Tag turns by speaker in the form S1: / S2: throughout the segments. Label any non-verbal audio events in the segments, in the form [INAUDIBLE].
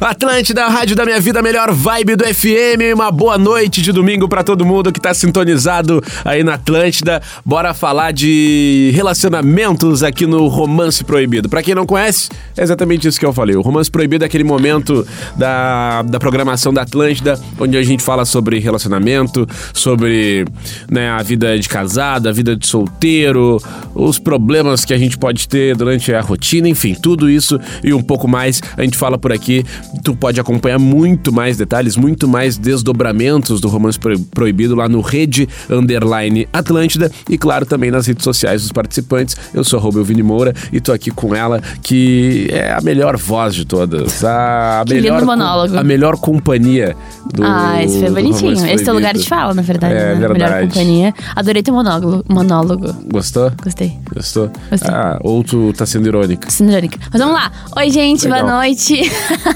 S1: Atlântida, a rádio da minha vida, a melhor vibe do FM. Uma boa noite de domingo pra todo mundo que tá sintonizado aí na Atlântida. Bora falar de relacionamentos aqui no Romance Proibido. Pra quem não conhece, é exatamente isso que eu falei. O Romance Proibido é aquele momento da, da programação da Atlântida, onde a gente fala sobre relacionamento, sobre né, a vida de casado, a vida de solteiro, os problemas que a gente pode ter durante a rotina, enfim, tudo isso e um pouco mais a gente fala por aqui. Tu pode acompanhar muito mais detalhes, muito mais desdobramentos do Romance Pro- Proibido lá no Rede Underline Atlântida e, claro, também nas redes sociais dos participantes. Eu sou arroba Vini Moura e tô aqui com ela, que é a melhor voz de todas. A
S2: Que
S1: melhor,
S2: lindo
S1: com-
S2: monólogo.
S1: A melhor companania do
S2: Ah, esse foi
S1: do
S2: bonitinho.
S1: Romance
S2: Esse é o lugar
S1: Proibido.
S2: de fala, na verdade.
S1: É,
S2: né? Melhor
S1: verdade.
S2: companhia. Adorei teu monólogo. monólogo.
S1: Gostou?
S2: Gostei.
S1: Gostou?
S2: Gostei.
S1: Ah, ou tu tá sendo irônica.
S2: Sinônica. Mas vamos lá. Oi, gente, boa
S1: Legal.
S2: noite. [LAUGHS]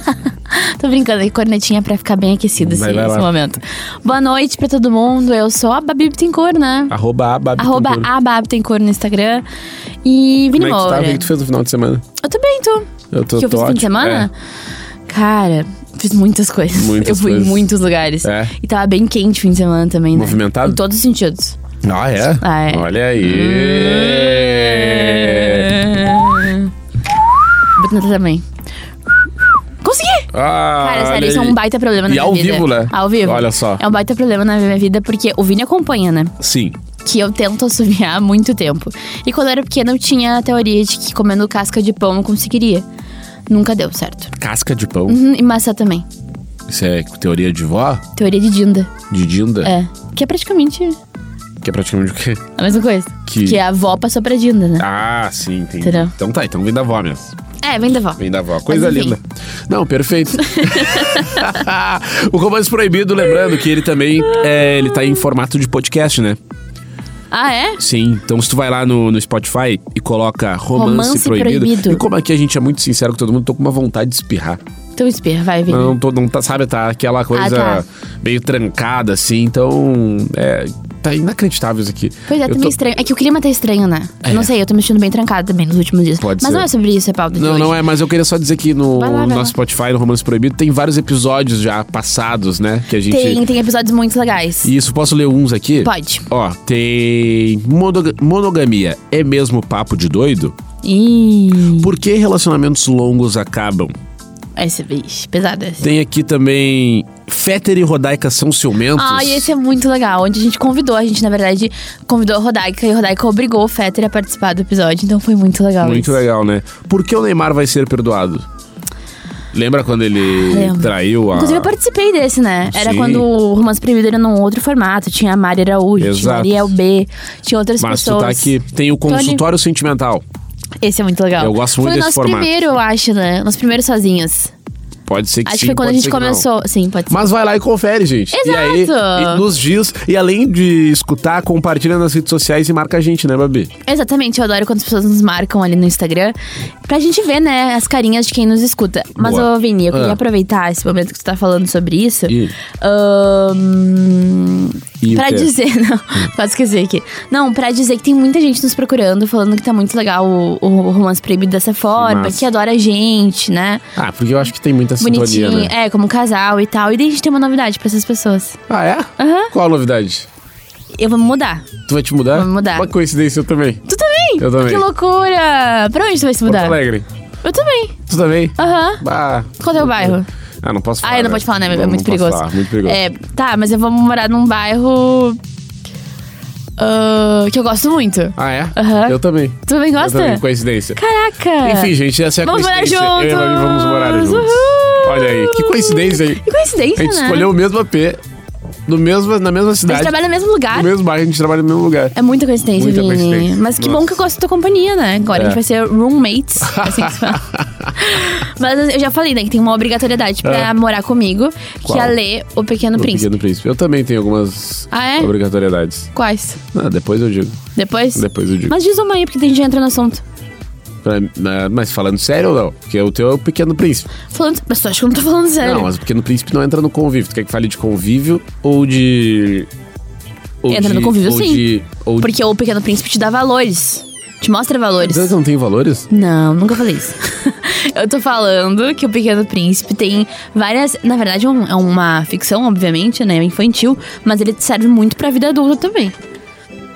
S2: Tô brincando aqui, cornetinha pra ficar bem aquecido esse,
S1: Vai, vai lá.
S2: esse momento. Boa noite pra todo mundo. Eu sou a Babi Bittencourt, né?
S1: Arroba a Babi
S2: Arroba
S1: Pintura.
S2: a Babi Bittencourt no Instagram. E
S1: Como
S2: Vini
S1: é que tu tá? O
S2: Moura.
S1: que que tu fez no final de semana?
S2: Eu tô bem, tu.
S1: Eu tô,
S2: que eu
S1: tô
S2: fiz no fim de
S1: ótimo. é.
S2: semana? Cara, fiz muitas coisas. [LAUGHS]
S1: Muitas
S2: eu fui
S1: coisas.
S2: em muitos lugares.
S1: É.
S2: E tava bem quente o fim de semana também, né?
S1: Movimentado?
S2: Em todos os sentidos.
S1: É. Ah, é?
S2: Ah, é. Hum.
S1: Olha aí.
S2: É. Batata também. Consegui!
S1: Ah,
S2: Cara,
S1: olha
S2: sério, isso é
S1: aí.
S2: um baita problema na
S1: E
S2: minha
S1: ao
S2: vida.
S1: vivo, né?
S2: Ao vivo.
S1: Olha só.
S2: É um baita problema na minha vida, porque o Vini acompanha, né?
S1: Sim.
S2: Que eu tento assoviar há muito tempo. E quando eu era pequena, eu tinha a teoria de que comendo casca de pão eu conseguiria. Nunca deu certo.
S1: Casca de pão.
S2: Uhum, e maçã também.
S1: Isso é teoria de vó?
S2: Teoria de Dinda.
S1: De Dinda?
S2: É. Que é praticamente
S1: Que é praticamente o quê?
S2: a mesma coisa.
S1: Que-
S2: a avó passou pra Dinda, né?
S1: Ah, sim, entendi.
S2: Entendeu?
S1: Então tá, então vem da vó mesmo.
S2: É, vem da avó.
S1: Vem da avó. Coisa
S2: Mas enfim.
S1: linda. Não, [LAUGHS] perfeito. o Romance Proibido, lembrando que ele também é, ele tá em formato de podcast, né?
S2: Ah, é?
S1: Sim, então se tu vai lá no, no Spotify e coloca Romance,
S2: Romance
S1: proibido,
S2: Proibido.
S1: E como aqui a gente é muito sincero com todo mundo, tô com uma vontade de espirrar.
S2: Então espirra, vai, Vini.
S1: Não, tô, não tá, sabe, tá aquela coisa
S2: tá.
S1: meio trancada, assim, então. É, tá inacreditável isso aqui.
S2: Pois é,
S1: Eu
S2: tá meio
S1: tô- É.
S2: estranho. É que o clima tá estranho, né? Eu não sei, eu tô mexendo bem trancada também nos últimos dias.
S1: Pode
S2: Mas
S1: ser.
S2: não é sobre isso, é pauta de
S1: Não,
S2: hoje.
S1: não é, mas eu queria só dizer que no
S2: Vai lá, vai
S1: nosso
S2: lá.
S1: Spotify, no Romance Proibido, tem vários episódios já passados, né? Que a gente.
S2: Tem, tem episódios muito legais.
S1: E Isso, posso ler uns aqui?
S2: Pode.
S1: Ó, tem. monoga- Monogamia é mesmo papo de doido?
S2: Ih,
S1: Por que relacionamentos longos acabam?
S2: essa vez, pesada. essa.
S1: Tem aqui também Féter e Rodaica são ciumentos.
S2: Ah, e esse é muito legal. Onde a gente convidou, a gente, na verdade, convidou a Rodaica e a Rodaica obrigou o Fetter a participar do episódio. Então foi muito legal.
S1: Muito
S2: isso.
S1: legal, né? Por que o Neymar vai ser perdoado? Lembra quando ele
S2: Lembro.
S1: traiu a...
S2: Inclusive, eu participei desse, né? Era
S1: Sim.
S2: quando o Romance Proibido era num outro formato. Tinha a Mari Araújo, tinha
S1: Exato.
S2: a Ariel B, tinha outras
S1: Mas tu
S2: pessoas.
S1: tá aqui. Tem o
S2: ele-
S1: consultório sentimental.
S2: Esse é muito legal.
S1: Eu gosto muito
S2: foi
S1: desse
S2: o nosso
S1: formato.
S2: primeiro, eu acho, né? Nosso primeiro sozinhos.
S1: Pode ser que
S2: Acho que
S1: sim,
S2: foi quando a
S1: pode
S2: gente
S1: ser que não.
S2: começou. Sim, pode ser.
S1: Mas vai lá e confere, gente. E aí,
S2: Exato.
S1: e nos dias. E além de escutar, compartilha nas redes sociais e marca a gente, né, Babi?
S2: Exatamente, eu adoro quando as pessoas nos marcam ali no Instagram. Pra gente ver, né, as carinhas de quem nos escuta. Mas,
S1: Boa.
S2: ô Vini, eu queria
S1: Ah.
S2: aproveitar esse momento que tu tá falando sobre isso.
S1: Ih.
S2: ahn,
S1: E o
S2: pra
S1: quê? Hum.
S2: dizer, [LAUGHS] não, quase esqueci aqui. Não, pra dizer que tem muita gente nos procurando, falando que tá muito legal o, o romance proibido dessa forma,
S1: massa.
S2: que adora a gente, né?
S1: Ah, porque eu acho que tem muita sintonia,
S2: Bonitinho,
S1: né?
S2: é, como casal e tal. E daí a gente tem uma novidade pra essas pessoas.
S1: Ah, é?
S2: Aham.
S1: Qual a novidade?
S2: Eu vou me mudar.
S1: Tu vai te mudar?
S2: Vou me mudar.
S1: Uma coincidência eu também.
S2: Tu também?
S1: Eu também.
S2: Que loucura! Pra onde tu vai se
S1: Porto
S2: mudar?
S1: Alegre.
S2: Eu também.
S1: Tu também?
S2: Aham.
S1: Bah.
S2: Qual é o bairro?
S1: Ah, não posso falar.
S2: Ah, eu não
S1: né?
S2: pode falar, né?
S1: Não,
S2: É muito
S1: não posso
S2: perigoso.
S1: falar, muito perigoso.
S2: É, tá, mas eu vou morar num bairro. ah, que eu gosto muito.
S1: Ah, é?
S2: Aham.
S1: Eu também.
S2: Tu também
S1: Eu
S2: gosta?
S1: também, coincidência.
S2: Caraca!
S1: Enfim, gente, essa é a
S2: Vamos morar
S1: coincidência. Eu e a Babi vamos morar
S2: juntos!
S1: juntos.
S2: Uhul!
S1: Olha aí, que coincidência aí.
S2: Que coincidência,
S1: A gente
S2: né?
S1: escolheu o mesmo AP, no mesmo, na mesma
S2: A gente
S1: cidade,
S2: trabalha no mesmo lugar.
S1: no mesmo bairro, a gente trabalha no mesmo lugar.
S2: É muita coincidência,
S1: Muita
S2: Vini.
S1: coincidência.
S2: Mas que bom
S1: Nossa.
S2: que eu gosto da tua companhia, né? Agora
S1: É.
S2: a gente vai ser
S1: [LAUGHS]
S2: roommates. é assim que se fala. Mas eu já falei, né? Que tem uma obrigatoriedade pra
S1: É.
S2: morar comigo,
S1: Qual?
S2: que é ler O Pequeno
S1: O
S2: Príncipe.
S1: Pequeno Príncipe. Eu também tenho algumas
S2: Ah, é?
S1: obrigatoriedades.
S2: Quais?
S1: Ah, depois eu digo.
S2: Depois?
S1: Depois eu digo.
S2: Mas diz uma aí, porque a gente já entra no assunto.
S1: Pra- na- Mas falando sério ou não? Porque o teu é o Pequeno Príncipe.
S2: Falando, mas tu acha que eu não tô falando sério?
S1: Não, mas o Pequeno Príncipe não entra no convívio. Tu quer que fale de convívio ou de. ou
S2: Entra
S1: de-
S2: no convívio,
S1: ou
S2: sim.
S1: De, ou de-
S2: Porque o Pequeno Príncipe te dá valores. Te mostra valores.
S1: Vocês não têm valores?
S2: Não, nunca falei isso. [LAUGHS] Eu tô falando que o Pequeno Príncipe tem várias. Na verdade, é um- é uma ficção, obviamente, né? Infantil, mas ele serve muito pra vida adulta também.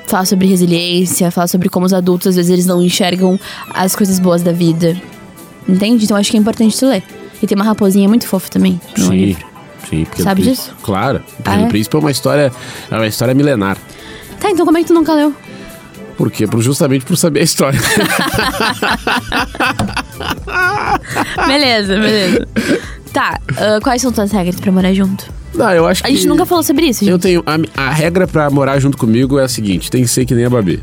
S2: Fala sobre resiliência, fala sobre como os adultos, às vezes, eles não enxergam as coisas boas da vida. Entende? Então acho que é importante tu ler. E tem uma raposinha muito fofa também no livro.
S1: Sim, Pequeno
S2: Sabe
S1: Príncipe.
S2: disso?
S1: Claro. O Pequeno
S2: Ah, é?
S1: Príncipe é uma história. É uma história milenar.
S2: Tá, então como é que tu nunca leu?
S1: Por quê? Por- Justamente por saber a
S2: [LAUGHS]
S1: história.
S2: Beleza, beleza. Tá, ah, quais são tuas regras pra morar junto?
S1: não, eu acho
S2: A
S1: que.
S2: gente nunca falou assim. sobre isso, gente.
S1: Eu tenho. A, mi- a regra pra morar junto comigo é a seguinte: tem que ser que nem a Babi.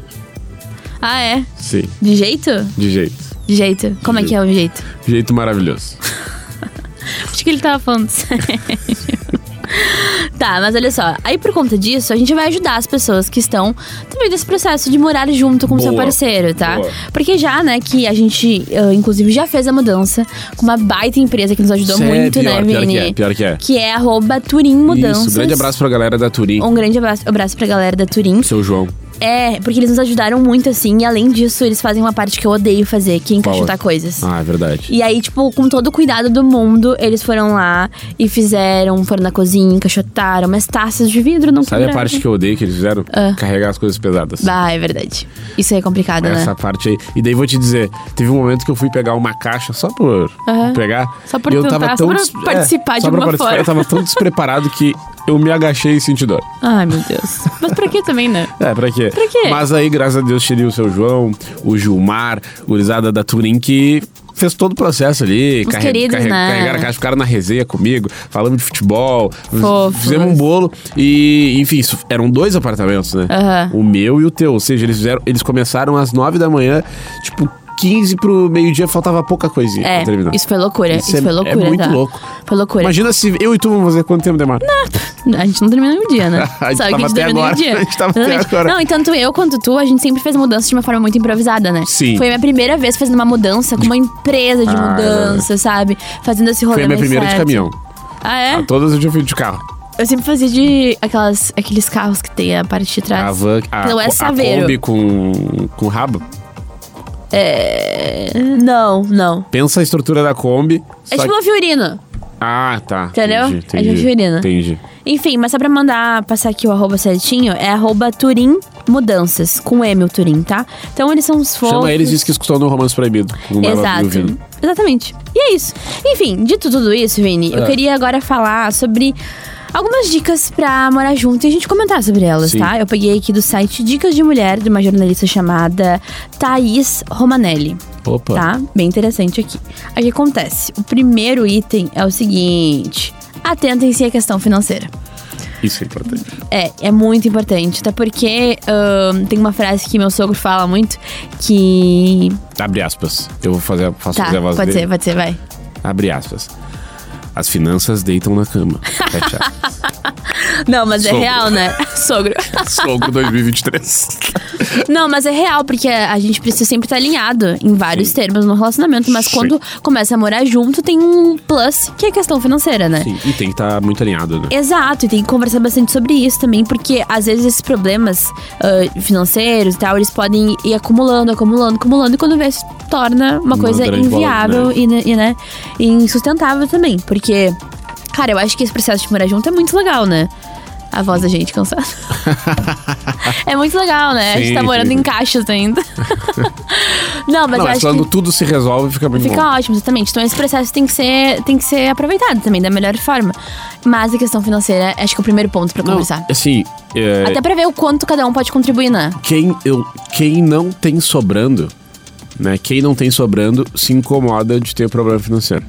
S2: Ah, é?
S1: Sim,
S2: De jeito?
S1: de jeito.
S2: De jeito. Como é que é o jeito?
S1: Jeito maravilhoso.
S2: Acho que ele tava falando sério. Tá, mas olha só, aí por conta disso, a gente vai ajudar as pessoas que estão também nesse processo de morar junto com o seu
S1: Boa.
S2: parceiro, tá?
S1: Boa.
S2: Porque já, né, que a gente, ah, inclusive, já fez a mudança com uma baita empresa que nos ajudou
S1: Isso é
S2: muito,
S1: pior,
S2: né,
S1: pior que
S2: Vini?
S1: é, pior que é.
S2: Que é arroba Turim Mudanças.
S1: Isso, grande abraço pra galera da Turim.
S2: Um grande abraço, abraço pra galera da Turim.
S1: Seu João.
S2: É, porque eles nos ajudaram muito, assim. E além disso, eles fazem uma parte que eu odeio fazer, que é
S1: Qual?
S2: encaixotar coisas.
S1: Ah, é verdade.
S2: E aí, tipo, com todo o cuidado do mundo, eles foram lá e fizeram, foram na cozinha, encaixotaram umas taças de vidro, não
S1: Sabe a parte que eu odeio que eles fizeram? Carregar as coisas pesadas.
S2: Ah, é verdade. Isso aí é complicado, Ah. né?
S1: Essa parte aí. E daí vou te dizer, teve um momento que eu fui pegar uma caixa só por
S2: Aham.
S1: pegar.
S2: Só por
S1: e eu
S2: tentar,
S1: tava
S2: só
S1: tão
S2: pra
S1: des- é,
S2: participar de
S1: só pra
S2: alguma forma.
S1: Eu tava tão despreparado que eu me agachei e senti dor.
S2: Ai, meu Deus. Mas pra que também, né?
S1: É, pra quê?
S2: Pra quê?
S1: Mas aí, graças a Deus, tirei o seu João, o Gilmar, o gurizada da Turim, que fez todo o processo ali.
S2: Os queridos, né?
S1: Carregaram a caixa, ficaram na resenha comigo, falamos de futebol,
S2: Fofos.
S1: fizemos um bolo. E, enfim, isso- eram dois apartamentos, né?
S2: Aham.
S1: O meu e o teu. Ou seja, eles fizeram. Eles começaram às nove da manhã, tipo, 15 pro meio-dia, faltava pouca coisinha
S2: É,
S1: pra terminar.
S2: isso foi loucura. Isso,
S1: Isso é-
S2: foi
S1: é
S2: loucura,
S1: muito
S2: tá?
S1: louco.
S2: Foi loucura.
S1: Imagina se eu e tu vamos fazer quanto tempo, Demar?
S2: [LAUGHS] A gente não termina nenhum dia, né?
S1: [LAUGHS] A gente
S2: Sabe que
S1: tava
S2: a gente
S1: até
S2: termina nenhum
S1: agora. [LAUGHS]
S2: dia.
S1: A gente tava até
S2: Exatamente.
S1: agora.
S2: Não, e tanto eu quanto tu, a gente sempre fez mudança de uma forma muito improvisada, né?
S1: Sim.
S2: Foi a minha primeira vez fazendo uma mudança com uma empresa de
S1: Ah,
S2: mudança, sabe? Fazendo esse rolê
S1: Foi a minha
S2: mais
S1: primeira de
S2: certo.
S1: caminhão.
S2: Ah, é?
S1: A todas eu já fui de carro.
S2: Eu sempre fazia de aquelas, aqueles carros que tem a parte de trás.
S1: A van, a,
S2: Não é
S1: a
S2: Saveiro.
S1: Kombi com, com rabo.
S2: É. Não, não.
S1: Pensa a estrutura da Kombi.
S2: É
S1: só
S2: tipo
S1: que-
S2: uma Fiorino.
S1: Ah, tá.
S2: Entendeu?
S1: Entendi,
S2: É
S1: entendi,
S2: de Fiorino.
S1: Entendi.
S2: Enfim, mas só pra mandar passar aqui o arroba certinho, é arroba Turim Mudanças, com M o Turim, tá? Então eles são os fofos.
S1: Chama eles e diz que escutou no Romance Proibido. com o Barba
S2: Exato.
S1: Vindo.
S2: Exatamente. E é isso. Enfim, dito tudo isso, Vini, eu
S1: É.
S2: queria agora falar sobre algumas dicas pra morar junto e a gente comentar sobre elas,
S1: Sim.
S2: tá? Eu peguei aqui do site Dicas de Mulher, de uma jornalista chamada Thaís Romanelli.
S1: Opa.
S2: Tá? Bem interessante aqui. Aí O que acontece? O primeiro item é o seguinte: atentem-se à questão financeira.
S1: Isso é importante.
S2: É, é muito importante. Até porque ahn, tem uma frase que meu sogro fala muito que.
S1: Abre aspas. Eu vou fazer, faço
S2: Tá,
S1: fazer a voz
S2: pode ser,
S1: dele.
S2: pode ser, vai.
S1: Abre aspas. As finanças deitam na cama. Tá Fecha
S2: [LAUGHS]
S1: aspas.
S2: Não, mas
S1: Sogro.
S2: é real, né? [LAUGHS] Sogro.
S1: Sogro 2023.
S2: Não, mas é real, porque a gente precisa sempre estar alinhado em vários
S1: Sim.
S2: termos no relacionamento. Mas
S1: Sim.
S2: quando começa a morar junto, tem um plus, que é a questão financeira, né?
S1: Sim, e tem que estar muito alinhado, né?
S2: Exato, e tem que conversar bastante sobre isso também, porque às vezes esses problemas ah, financeiros e tal, eles podem ir acumulando, acumulando, acumulando, e quando vê, se torna uma,
S1: Uma
S2: coisa
S1: grande bola de
S2: inviável e, né, e, né, e insustentável também, porque, cara, eu acho que esse processo de morar junto é muito legal, né? A voz da gente
S1: [LAUGHS]
S2: cansada. é muito legal, né? a gente
S1: Sim,
S2: tá morando
S1: sim.
S2: em caixas ainda. [LAUGHS] Não,
S1: Não,
S2: mas eu
S1: mas
S2: acho
S1: quando
S2: que.
S1: tudo se resolve, fica muito
S2: Fica
S1: bom.
S2: ótimo, exatamente. Então esse processo tem que ser, tem que ser aproveitado também da melhor forma. Mas a questão financeira, acho que é o primeiro ponto pra
S1: Não,
S2: conversar.
S1: assim, é,
S2: Até pra ver o quanto cada um pode contribuir, né?
S1: quem, eu, quem não tem sobrando, né? Quem não tem sobrando se incomoda de ter problema financeiro.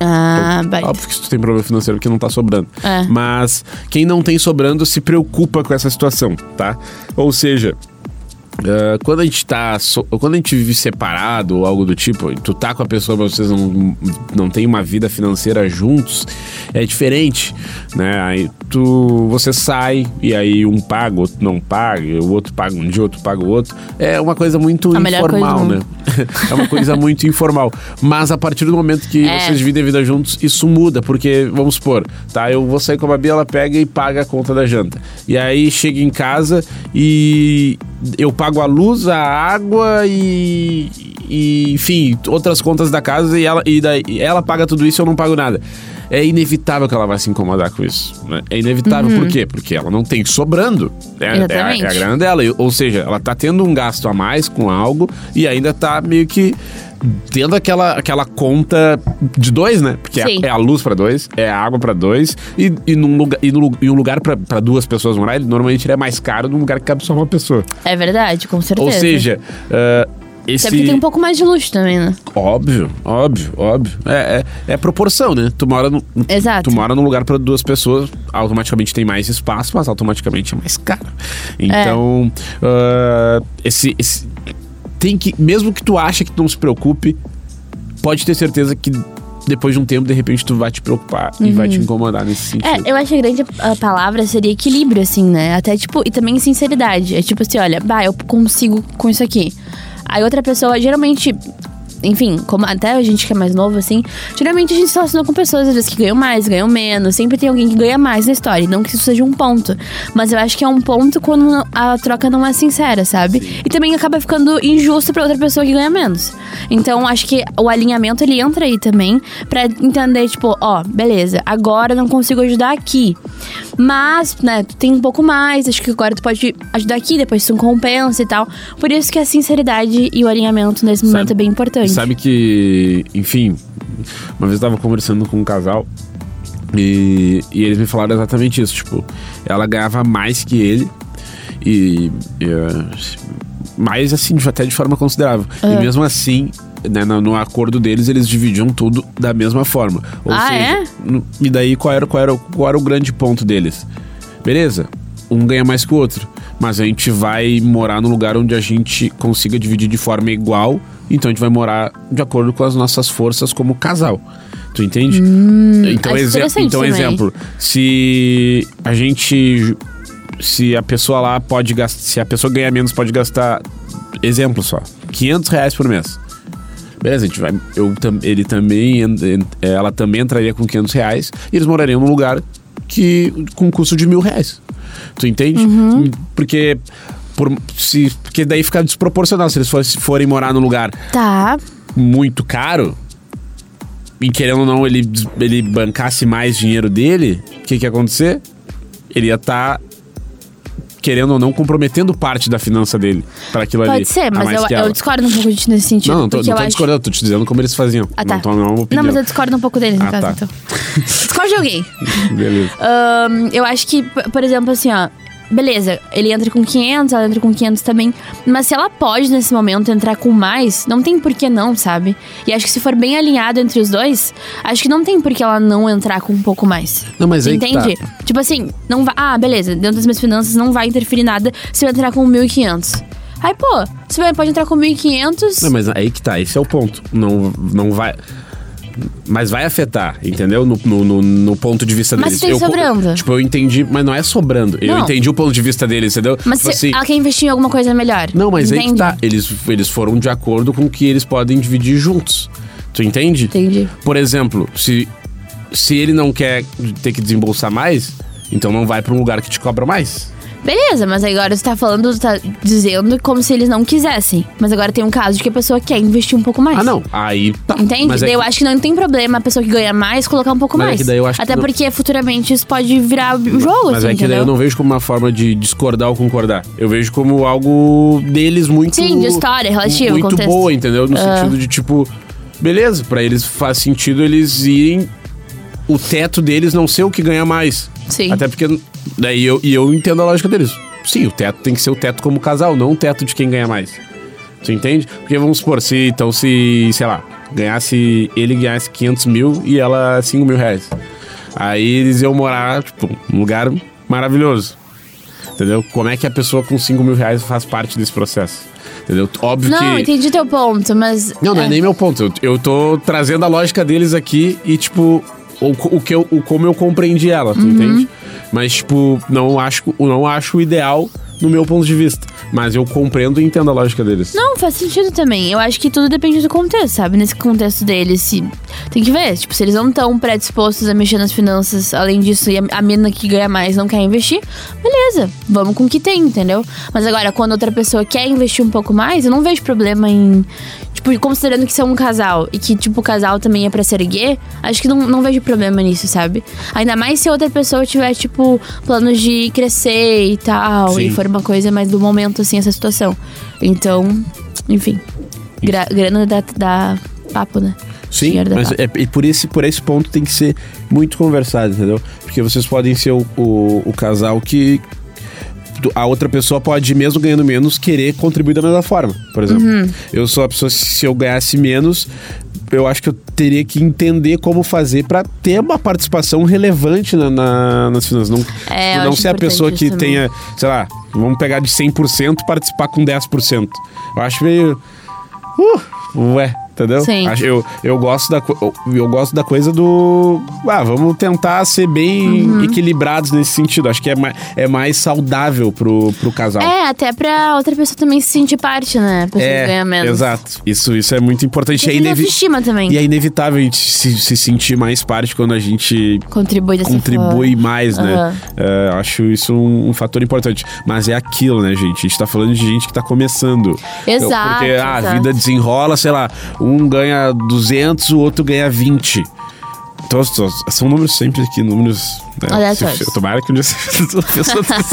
S2: Ah, vai.
S1: É, Óbvio que se tu tem problema financeiro porque não tá sobrando.
S2: É.
S1: Mas quem não tem sobrando se preocupa com essa situação, tá? Ou seja. ah, quando a gente tá. so- quando a gente vive separado ou algo do tipo, e tu tá com a pessoa, mas vocês não, não tem uma vida financeira juntos, é diferente, né? Aí tu. Você sai e aí um paga, outro não paga, o outro paga um dia, outro paga o outro. É uma coisa muito
S2: A melhor coisa do
S1: informal, né?
S2: mundo.
S1: é uma coisa muito informal. Mas a partir do momento que
S2: É.
S1: vocês vivem a vida juntos, isso muda, porque, vamos supor, tá? Eu vou sair com a Babi, ela pega e paga a conta da janta. E aí chega em casa e eu pago a luz, a água e. e, enfim, outras contas da casa e ela, e daí- e ela paga tudo isso e eu não pago nada. É inevitável que ela vai se incomodar com isso. né? É inevitável. Por quê? Porque ela não tem sobrando. É, é, a, é a
S2: Uhum. Exatamente.
S1: grana grana dela. E- Ou seja, ela tá tendo um gasto a mais com algo e ainda tá meio que tendo aquela, aquela conta de dois, né? Porque é,
S2: Sim.
S1: é a luz pra dois, é a água pra dois e, e, num lugar, e, no lu- e um lugar pra- pra duas pessoas morar, ele normalmente ele é mais caro num lugar que cabe só uma pessoa.
S2: É verdade, com certeza.
S1: Ou seja, ah, esse...
S2: Até porque tem um pouco mais de luxo também, né?
S1: Óbvio, óbvio, óbvio. É, é, é proporção, né? Tu mora, no,
S2: Exato.
S1: tu mora num lugar para duas pessoas, automaticamente tem mais espaço, mas automaticamente é mais caro. Então,
S2: É.
S1: ah, esse, esse. Tem que. Mesmo que tu acha que tu não se preocupe, pode ter certeza que depois de um tempo, de repente, tu vai te preocupar e vai te incomodar nesse sentido.
S2: Uhum. É, eu acho que a grande a palavra seria equilíbrio, assim, né? Até tipo, e também sinceridade. É tipo assim, olha, bah, eu consigo com isso aqui. Aí outra pessoa, geralmente, enfim, como até a gente que é mais novo, assim, geralmente a gente se relaciona com pessoas, às vezes, que ganham mais, ganham menos. Sempre tem alguém que ganha mais na história. e Não que isso seja um ponto. Mas eu acho que é um ponto quando não- a troca não é sincera, sabe? E também acaba ficando injusto pra outra pessoa que ganha menos. Então, acho que o alinhamento ele entra aí também pra entender, tipo, ó, beleza, agora eu não consigo ajudar aqui. Mas, né, tu tem um pouco mais, acho que agora tu pode ajudar aqui, depois tu compensa e tal. Por isso que a sinceridade e o alinhamento nesse momento é bem importante.
S1: Sabe que, enfim, uma vez eu tava conversando com um casal e, e eles me falaram exatamente isso. Tipo, ela ganhava mais que ele e. e, eh, mais assim, de- até de forma considerável.
S2: Ah.
S1: E mesmo assim. Né, no, no acordo deles, eles dividiam tudo da mesma forma. Ou
S2: Ah,
S1: seja,
S2: é?
S1: no- e daí qual era, qual, era, o- qual era o grande ponto deles? Beleza, um ganha mais que o outro, mas a gente vai morar num lugar onde a gente consiga dividir de forma igual, então a gente vai morar de acordo com as nossas forças como casal. Tu entende? então,
S2: acho
S1: exe-
S2: Hum, é interessante
S1: então
S2: isso também.
S1: exemplo, se a gente se a pessoa lá pode gastar, se a pessoa ganhar menos pode gastar exemplo só, 500 reais por mês. Beleza, a gente vai. Eu, tam- ele também. en- en- Ela também entraria com 500 reais e eles morariam num lugar que com um custo de mil reais. Tu entende?
S2: Uhum.
S1: Porque. Por, se, porque daí fica desproporcional se eles fossem- se forem morar num lugar
S2: Tá.
S1: muito caro. E querendo ou não, ele, des- ele bancasse mais dinheiro dele, o que, que ia acontecer? Ele ia estar, querendo ou não, comprometendo parte da finança dele para aquilo ali.
S2: Pode ser,
S1: a
S2: mas
S1: tá mais
S2: eu,
S1: que
S2: eu
S1: ela.
S2: discordo um pouco disso nesse sentido.
S1: Não, não tô,
S2: porque
S1: não tô
S2: eu acho...
S1: discordando, tô te dizendo como eles faziam.
S2: Ah, tá.
S1: Não tô não é uma opinião.
S2: Não, mas eu discordo um pouco deles, no
S1: Ah,
S2: caso,
S1: tá.
S2: então. Discordo
S1: [LAUGHS]
S2: de alguém.
S1: Beleza.
S2: Ah. Ahn, eu acho que, p- por exemplo, assim, ó. Beleza, ele entra com 500, ela entra com 500 também. Mas se ela pode, nesse momento, entrar com mais, não tem por que não, sabe? E acho que se for bem alinhado entre os dois, acho que não tem por que ela não entrar com um pouco mais.
S1: Não, mas aí que
S2: Entende?
S1: tá.
S2: Tipo assim, não vai. Ah, beleza, dentro das minhas finanças não vai interferir nada se eu entrar com 1.500. Aí, pô, você vai- pode entrar com 1.500.
S1: Não, mas aí que tá, esse é o ponto. Não, não vai. Mas vai afetar, entendeu? No, no, no- no ponto de vista deles.
S2: Mas tem
S1: Eu co-
S2: sobrando.
S1: Tipo, eu entendi, mas não é sobrando. Eu
S2: Não.
S1: entendi o ponto de vista deles, entendeu?
S2: Mas
S1: Tipo
S2: se ah,
S1: assim,
S2: ela quer investir em alguma coisa melhor.
S1: Não, mas aí que
S2: entende?
S1: tá. Eles, eles foram de acordo com o que eles podem dividir juntos. Tu entende?
S2: Entendi.
S1: Por exemplo, se, se ele não quer ter que desembolsar mais, então não vai pra um lugar que te cobra mais.
S2: Beleza, mas agora você tá falando, você tá dizendo como se eles não quisessem. Mas agora tem um caso de que a pessoa quer investir um pouco mais.
S1: Ah, não. Aí tá.
S2: Entende?
S1: Mas é
S2: daí eu
S1: que-
S2: acho que não tem problema a pessoa que ganha mais colocar um pouco
S1: Mas é
S2: mais.
S1: que daí eu acho que
S2: Até
S1: não-
S2: porque futuramente isso pode virar o jogo,
S1: Mas
S2: assim,
S1: é que daí
S2: entendeu?
S1: eu não vejo como uma forma de discordar ou concordar. Eu vejo como algo deles muito.
S2: Sim, de história, relativa,
S1: Muito
S2: contexto. Ah.
S1: boa, entendeu? No sentido de tipo, beleza, pra eles faz sentido eles irem. O teto deles não ser o que ganha mais.
S2: Sim.
S1: Até porque. Daí eu, e eu entendo a lógica deles. Sim, o teto tem que ser o teto como casal, não o teto de quem ganha mais. Tu entende? Porque vamos supor, se então se, sei lá, ganhasse. Ele ganhasse 500 mil e ela 5 mil reais. Aí eles iam morar, tipo, num lugar maravilhoso. Entendeu? Como é que a pessoa com 5 mil reais faz parte desse processo? Entendeu? Óbvio que.
S2: Não, entendi teu ponto, mas.
S1: Não, não é nem meu ponto. Eu, eu tô trazendo a lógica deles aqui e, tipo, o, co- o que eu, o como eu
S2: Uhum.
S1: compreendi ela, tu entende? Mas, tipo, não acho, eu não acho o ideal no meu ponto de vista. Mas eu compreendo e entendo a lógica deles.
S2: Não, faz sentido também. Eu acho que tudo depende do contexto, sabe? Nesse contexto deles, se. Tem que ver. Tipo, se eles não estão predispostos a mexer nas finanças, além disso, e a, a mina que ganha mais não quer investir, beleza, vamos com o que tem, entendeu? Mas agora, quando outra pessoa quer investir um pouco mais, eu não vejo problema em. Tipo, considerando que são um casal e que, tipo, o casal também é pra ser gay, acho que não, não vejo problema nisso, sabe? Ainda mais se outra pessoa tiver, tipo, planos de crescer e tal,
S1: Sim.
S2: e for uma coisa mais do momento, assim, essa situação. Então, enfim. Gra- grana da, da papo, né?
S1: Sim,
S2: Dinheiro dá
S1: mas
S2: papo.
S1: é, e por esse, por esse ponto tem que ser muito conversado, entendeu? Porque vocês podem ser o, o, o casal que do- a outra pessoa pode, mesmo ganhando menos, querer contribuir da mesma forma, por exemplo.
S2: Uhum.
S1: Eu sou a pessoa, que, se eu ganhasse menos, eu acho que eu teria que entender como fazer pra ter uma participação relevante na, na- nas finanças. Não,
S2: É,
S1: tipo,
S2: eu
S1: não
S2: acho
S1: ser a
S2: importante
S1: pessoa que
S2: isso também.
S1: tenha, sei lá, vamos pegar de 100% e participar com 10%. Eu acho meio... Uh, ué, entendeu?
S2: Sim.
S1: Acho- eu, eu, gosto da, co- eu, eu gosto da coisa do. Ah, vamos tentar ser bem
S2: Uhum.
S1: equilibrados nesse sentido. Acho que é, ma, é mais saudável pro, pro casal. É,
S2: É, até pra outra pessoa também se sentir parte, né? A pessoa que ganha menos.
S1: exato. Isso, isso é muito importante.
S2: E
S1: É
S2: tem
S1: inevi-
S2: autoestima também.
S1: e é inevitável a gente se, se sentir mais parte quando a gente
S2: Contribui dessa
S1: contribui
S2: forma.
S1: mais, né?
S2: assim Aham.
S1: É, acho isso um, um fator importante. Mas é aquilo, né, gente? A gente tá falando de gente que tá começando.
S2: Exato,
S1: Eu- Porque ah, a
S2: exato.
S1: vida desenrola, sei lá, um ganha 200, o outro ganha 20. Então, só- são números sempre aqui, números. Né?
S2: Aleatórios.
S1: Se- Tomara que um dia [LAUGHS] seja uma pessoa
S2: [LAUGHS]
S1: desse.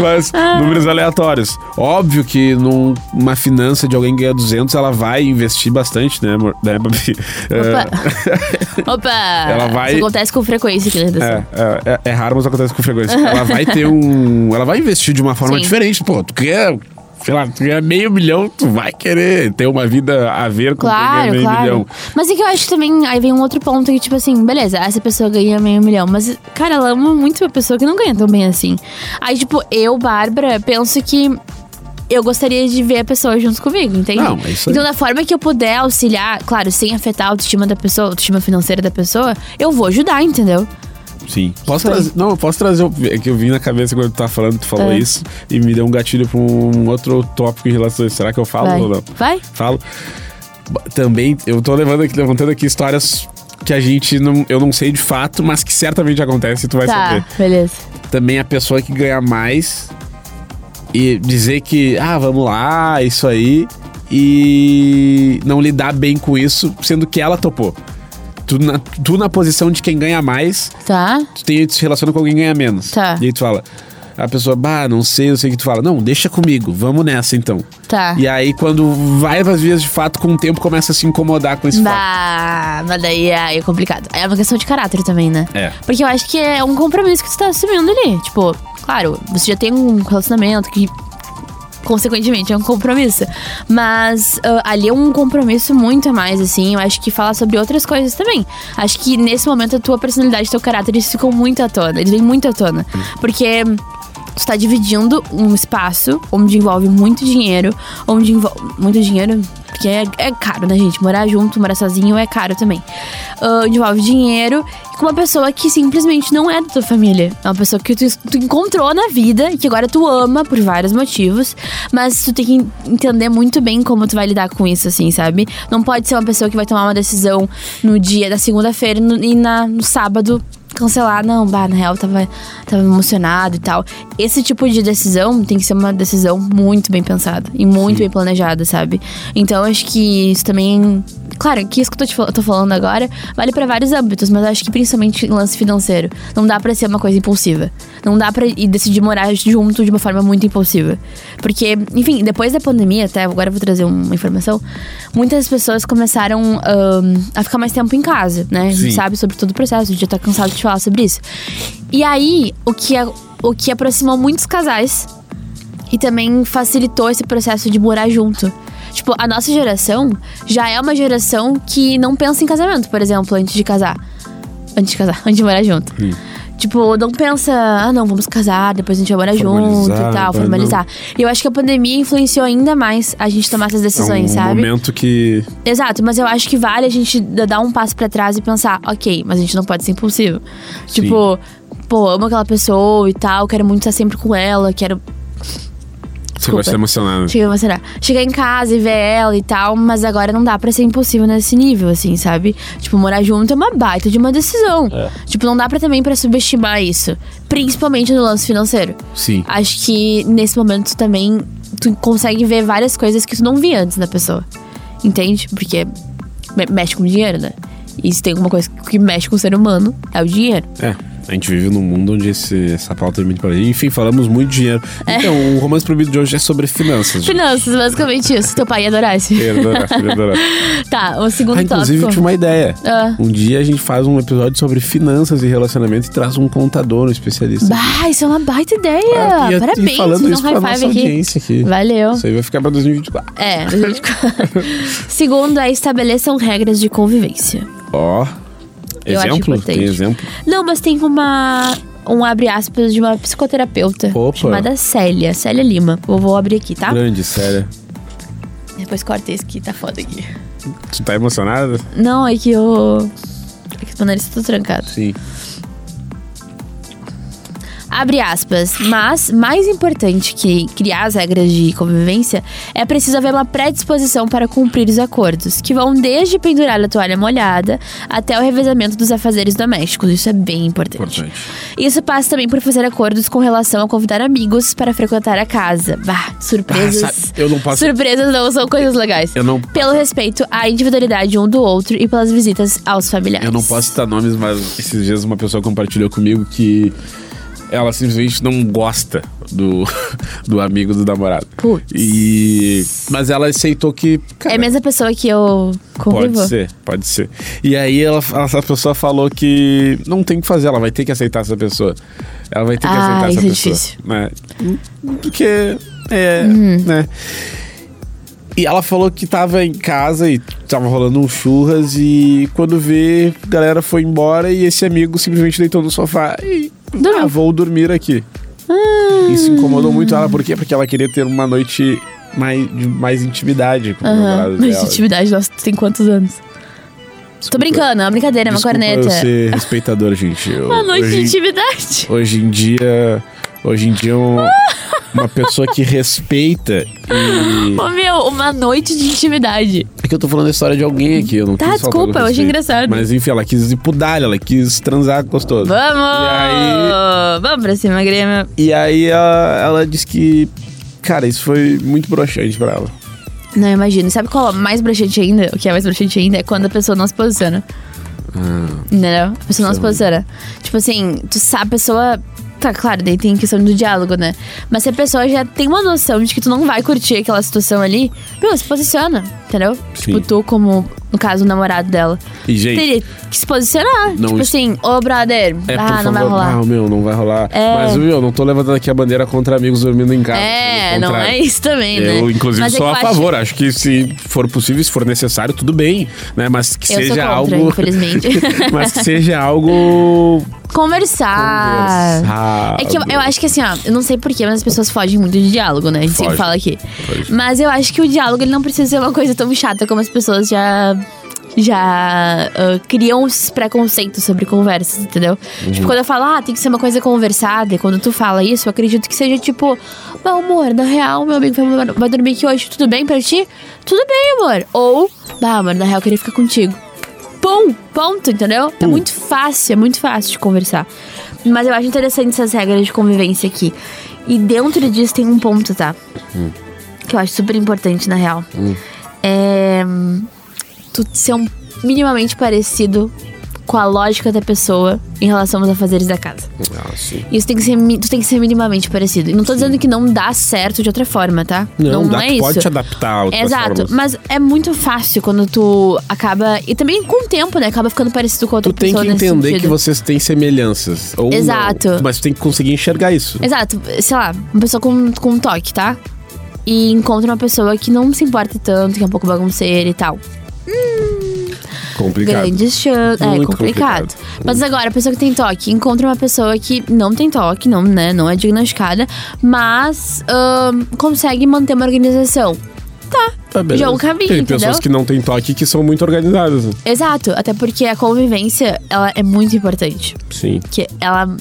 S1: Mas números aleatórios. Óbvio que num- numa finança de alguém que ganha 200, ela vai investir bastante, né, amor? Né, Babi? É.
S2: Opa!
S1: Ela vai-
S2: Isso acontece com frequência assim. aqui na redação.
S1: É, é, é, é raro, mas acontece com frequência. Ela vai ter
S2: [LAUGHS]
S1: um. Ela vai investir de uma forma
S2: Sim.
S1: diferente, pô. Tu quer. Sei lá, tu ganha meio milhão, tu vai querer ter uma vida a ver com quem ganha
S2: Claro,
S1: meio
S2: claro.
S1: milhão.
S2: Mas é que eu acho que também. Aí vem um outro ponto que, tipo assim, beleza, essa pessoa ganha meio milhão. Mas, cara, ela ama muito uma pessoa que não ganha tão bem assim. Aí, tipo, eu, Bárbara, penso que. Eu gostaria de ver a pessoa junto comigo, entende?
S1: Não, é isso aí.
S2: Então, da forma que eu puder auxiliar, claro, sem afetar a autoestima da pessoa, a autoestima financeira da pessoa, eu vou ajudar, entendeu?
S1: Sim. Posso
S2: Foi.
S1: trazer. Não, eu posso trazer. o- É que eu vim na cabeça quando tu tá falando, tu falou
S2: Tá.
S1: isso, e me deu um gatilho pra um outro tópico em relação a isso. Será que eu falo
S2: Vai.
S1: ou não?
S2: Vai?
S1: Falo. Ba- Também, eu tô levando aqui, levantando aqui histórias que a gente não. Eu não sei de fato, mas que certamente acontece e tu vai saber.
S2: tá, beleza.
S1: também a pessoa que ganha mais e dizer que, ah, vamos lá, isso aí, e não lidar bem com isso, sendo que ela topou. Tu na, tu na posição de quem ganha mais,
S2: Tá?
S1: tu, tem, tu se relaciona com alguém que ganha menos.
S2: Tá.
S1: E aí tu fala, a pessoa, bah, não sei, não sei o que tu fala. Não, deixa comigo, vamos nessa então.
S2: Tá.
S1: E aí quando vai pras vias de fato, com o tempo começa a se incomodar com esse fato.
S2: Bah, mas daí aí é complicado. É uma questão de caráter também, né?
S1: É.
S2: Porque eu acho que é um compromisso que tu tá assumindo ali. Tipo, claro, você já tem um relacionamento que, consequentemente, é um compromisso. Mas ah, ali é um compromisso muito a mais, assim. Eu acho que fala sobre outras coisas também. Acho que nesse momento a tua personalidade, teu caráter, eles ficam muito à tona. Eles vêm muito à tona. Porque. Tu tá dividindo um espaço onde envolve muito dinheiro, onde envolve. Muito dinheiro, porque é, é caro, né, gente? Morar junto, morar sozinho é caro também. Ah, onde envolve dinheiro e com uma pessoa que simplesmente não é da tua família. É uma pessoa que tu, tu encontrou na vida, que agora tu ama por vários motivos, mas tu tem que en- entender muito bem como tu vai lidar com isso, assim, sabe? Não pode ser uma pessoa que vai tomar uma decisão no dia da segunda-feira e no- e na, no sábado cancelar, não, bah, na real tava, tava emocionado e tal. Esse tipo de decisão tem que ser uma decisão muito bem pensada e muito bem planejada, sabe? Então acho que isso também. Claro, que isso que eu tô, te, fal- tô falando agora vale pra vários âmbitos, mas acho que principalmente em lance financeiro. Não dá pra ser uma coisa impulsiva. Não dá pra ir decidir morar junto de uma forma muito impulsiva. Porque, enfim, depois da pandemia, até agora eu vou trazer uma informação, muitas pessoas começaram ahn, a ficar mais tempo em casa, né? A
S1: Sim.
S2: gente sabe sobre todo o processo, a gente já tá cansado de falar sobre isso. E aí, o que, a- o que aproximou muitos casais e também facilitou esse processo de morar junto. Tipo, a nossa geração já é uma geração que não pensa em casamento, por exemplo, antes de casar. Antes de casar, [LAUGHS] antes de morar junto.
S1: Hum.
S2: Tipo, não pensa, ah não, vamos casar, depois a gente vai morar junto
S1: Formalizar,
S2: e tal,
S1: vai,
S2: formalizar. E eu acho que a pandemia influenciou ainda mais a gente tomar essas
S1: é um
S2: decisões, sabe?
S1: momento que
S2: Exato, mas eu acho que vale a gente d- dar um passo pra trás e pensar, ok, mas a gente não pode ser impulsivo. Tipo, pô, amo aquela pessoa e tal, quero muito estar sempre com ela, quero
S1: Chegou a
S2: desculpa.
S1: se emocionar, né?
S2: Cheguei a emocionar. Chegar em casa e ver ela e tal, mas agora não dá pra ser impossível nesse nível, assim, sabe? Tipo, morar junto é uma baita de uma decisão. Tipo, não dá pra também pra subestimar isso. Principalmente no lance financeiro.
S1: Sim.
S2: Acho que nesse momento tu também tu consegue ver várias coisas que tu não via antes da pessoa. Entende? Porque me- mexe com dinheiro, né? E se tem alguma coisa que mexe com o ser humano, é o dinheiro.
S1: É. A gente vive num mundo onde esse- essa pauta é muito pra Enfim, falamos muito dinheiro. Então, o Romance Proibido de hoje é sobre finanças. gente.
S2: É. Finanças, basicamente isso. Teu pai ia adorar esse.
S1: Eu ia adorar, eu ia adorar.
S2: [LAUGHS] Tá, o segundo
S1: Ah, inclusive, eu
S2: tópico.
S1: tive uma ideia.
S2: Ah.
S1: Um dia a gente faz um episódio sobre finanças e relacionamento e traz um contador, um especialista.
S2: Bah, isso é uma baita ideia.
S1: Ah, e- e
S2: Parabéns,
S1: falando
S2: dá
S1: isso pra
S2: um high
S1: nossa
S2: five aqui.
S1: audiência aqui.
S2: Valeu.
S1: Isso aí vai ficar pra 2024.
S2: É. [LAUGHS] Segundo é estabeleçam regras de convivência.
S1: Ó.
S2: Eu acho
S1: Exemplo?
S2: importante.
S1: Tem exemplo?
S2: Não, mas tem uma. Um abre aspas de uma psicoterapeuta
S1: Opa.
S2: chamada Célia, Célia Lima. Eu vou abrir aqui, tá?
S1: Grande, sério.
S2: Depois corta esse que tá foda aqui.
S1: Tu tá emocionada?
S2: Não, é que eu. É que o nariz tá todo trancado.
S1: Sim.
S2: Abre aspas. Mas, mais importante que criar as regras de convivência, é preciso haver uma predisposição para cumprir os acordos, que vão desde pendurar a toalha molhada até o revezamento dos afazeres domésticos. Isso é bem importante.
S1: Importante.
S2: Isso passa também por fazer acordos com relação a convidar amigos para frequentar a casa. Bah, surpresas.
S1: Ah, sabe, eu não posso-
S2: Surpresas não são coisas legais.
S1: Eu não-
S2: Pelo respeito à individualidade um do outro e pelas visitas aos familiares.
S1: Eu não posso citar nomes, mas esses dias uma pessoa compartilhou comigo que ela simplesmente não gosta do, [LAUGHS] do amigo do namorado.
S2: Putz.
S1: E mas ela aceitou que cara,
S2: É a mesma pessoa que eu convivo?
S1: pode ser, pode ser. E aí ela, essa pessoa falou que não tem o que fazer, ela vai ter que aceitar essa pessoa. Ela vai ter que
S2: Ah,
S1: aceitar essa
S2: isso é
S1: pessoa,
S2: difícil. Uhum.
S1: né? Porque é, né? E ela falou que tava em casa e tava rolando um churras e quando vê, a galera foi embora e esse amigo simplesmente deitou no sofá e
S2: Dormiu. Ah.
S1: ah, vou dormir aqui. Isso incomodou muito ela, por quê? Porque ela queria ter uma noite mais, de mais intimidade com o
S2: Aham,
S1: namorado
S2: mas
S1: dela.
S2: intimidade, nossa, tu tem quantos anos? Tô
S1: Desculpa.
S2: brincando, é uma brincadeira, é uma
S1: Desculpa
S2: corneta.
S1: Eu ser respeitador, gente.
S2: [LAUGHS]
S1: Eu,
S2: Uma noite de
S1: hoje,
S2: intimidade.
S1: hoje em dia, hoje em dia
S2: [LAUGHS]
S1: um- uma pessoa que respeita e
S2: Ô meu, uma noite de intimidade.
S1: É que eu tô falando a história de alguém aqui, eu não
S2: Tá,
S1: quis faltar no
S2: desculpa, eu achei
S1: respeito.
S2: engraçado.
S1: Mas enfim, ela quis ir pro Dália, ela quis transar gostoso.
S2: Vamos!
S1: E
S2: Vamos pra cima, Grêmio.
S1: E aí ela, ela disse que, cara, isso foi muito broxante pra ela.
S2: Não, imagino. Sabe qual é mais broxante ainda? O que é mais broxante ainda é quando a pessoa não se posiciona. Ah. Entendeu? A pessoa não se posiciona. Tipo assim, tu sabe, a pessoa. Tá, claro, daí tem questão do diálogo, né? Mas se a pessoa já tem uma noção de que tu não vai curtir aquela situação ali, meu, se posiciona, entendeu?
S1: Sim.
S2: Tipo, tu, como, no caso, o namorado dela.
S1: E, gente,
S2: Teria que se posicionar.
S1: Não,
S2: tipo
S1: isso-
S2: assim, ô brother,
S1: é, por
S2: ah,
S1: favor,
S2: não vai rolar.
S1: Ah, meu, não vai rolar.
S2: É.
S1: Mas, meu, eu não tô levantando aqui a bandeira contra amigos dormindo em casa.
S2: é,
S1: pelo
S2: não
S1: contrário.
S2: é isso também, né?
S1: Eu, inclusive,
S2: Mas é
S1: sou a
S2: que eu acho-
S1: favor. Acho que se for possível, se for necessário, tudo bem, né? Mas que
S2: Eu sou
S1: seja
S2: contra,
S1: algo.
S2: infelizmente.
S1: [LAUGHS] Mas que seja
S2: [LAUGHS]
S1: algo.
S2: Conversar. É que eu, eu acho que assim, ó, eu não sei porquê, mas as pessoas fogem muito de diálogo, né? A gente
S1: Foge.
S2: sempre fala aqui.
S1: Foge.
S2: Mas eu acho que o diálogo ele não precisa ser uma coisa tão chata como as pessoas já. Já ah, criam esses preconceitos sobre conversas, entendeu? Tipo, quando eu falo, ah, tem que ser uma coisa conversada, e quando tu fala isso, eu acredito que seja tipo, meu amor, na real, meu amigo vai, vai dormir aqui hoje, tudo bem pra ti? Tudo bem, amor. Ou, bah, amor, na real, eu queria ficar contigo. Pum, ponto, entendeu? É muito fácil, é muito fácil de conversar. Mas eu acho interessante essas regras de convivência aqui. E dentro disso tem um ponto, tá? Que eu acho super importante, na real.
S1: Hum.
S2: É. hum, Tu ser um, minimamente parecido com a lógica da pessoa em relação aos afazeres da casa.
S1: Ah, sim.
S2: Isso tem que ser, mi- tu tem que ser minimamente parecido. E não tô dizendo que não dá certo de outra forma, tá?
S1: Não, dá,
S2: é
S1: tu
S2: isso.
S1: pode te adaptar a outras
S2: Exato,
S1: formas.
S2: mas é muito fácil quando tu acaba. E também com o tempo, né? Acaba ficando parecido com a outra
S1: Tu tem que
S2: pessoa. nesse
S1: entender que
S2: sentido.
S1: vocês têm semelhanças. Ou não,
S2: Exato.
S1: mas tu tem que conseguir enxergar isso.
S2: Exato, sei lá, uma pessoa com, com um toque, tá? E encontra uma pessoa que não se importa tanto, que é um pouco bagunceira e tal. É
S1: Complicado.
S2: Grandes chances. É
S1: Muito
S2: complicado.
S1: complicado.
S2: Mas agora, a pessoa que tem toque encontra uma pessoa que não tem toque, não, né? Não é diagnosticada, mas ahn, consegue manter uma organização. Tá,
S1: Tá beleza.
S2: Já o caminho,
S1: Tem
S2: entendeu?
S1: pessoas que não têm toque que são muito organizadas. né?
S2: Exato, até porque a convivência, ela é muito importante.
S1: Sim.
S2: que ela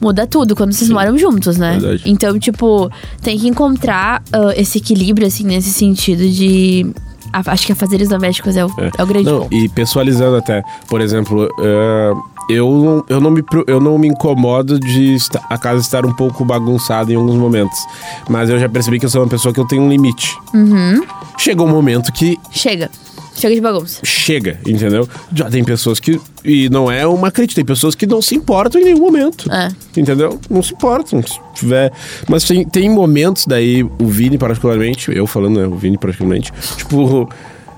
S2: muda tudo quando vocês moram juntos, né?
S1: Verdade.
S2: Então, tipo, tem que encontrar ah, esse equilíbrio, assim, nesse sentido de. a- acho que afazeres domésticos é o, é. o grande
S1: não,
S2: ponto.
S1: E pessoalizando até. Por exemplo, é, eu, não- eu, não me, pro- eu não me incomodo de esta- a casa estar um pouco bagunçada em alguns momentos. Mas eu já percebi que eu sou uma pessoa que eu tenho um limite.
S2: Uhum.
S1: Chega um momento que
S2: Chega. Chega de bagunça.
S1: chega, entendeu? Já tem pessoas que. E não é uma crítica, tem pessoas que não se importam em nenhum momento.
S2: É.
S1: Entendeu? Não se importam. Se tiver. Mas tem, tem momentos daí, o Vini particularmente, eu falando, né? O Vini particularmente, tipo.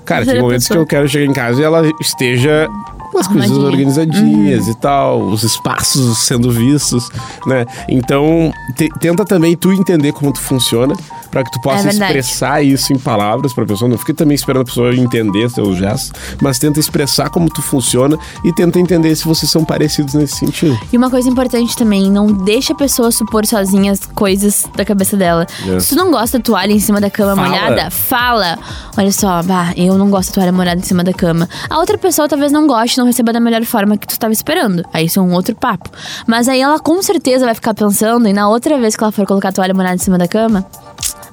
S1: Cara, tem
S2: [LAUGHS] Terceira
S1: momentos que
S2: pessoa.
S1: eu quero chegar em casa e ela esteja com as coisas
S2: Arrumadinha.
S1: organizadinhas
S2: Uhum.
S1: e tal, os espaços sendo vistos, né? Então, te- tenta também tu entender como tu funciona, pra que tu possa
S2: É verdade.
S1: expressar expressar isso em palavras pra pessoa. Não fica também esperando a pessoa entender seus gestos, mas tenta expressar como tu funciona e tenta entender se vocês são parecidos nesse sentido.
S2: E uma coisa importante também, não deixa a pessoa supor sozinha as coisas da cabeça dela.
S1: É.
S2: Se tu não gosta da toalha em cima da cama
S1: Fala.
S2: molhada, fala. Olha só, bah, eu não gosto da toalha molhada em cima da cama. A outra pessoa talvez não goste, não receba da melhor forma que tu estava esperando. Aí isso é um outro papo. Mas aí ela com certeza vai ficar pensando, e na outra vez que ela for colocar a toalha molhada em cima da cama,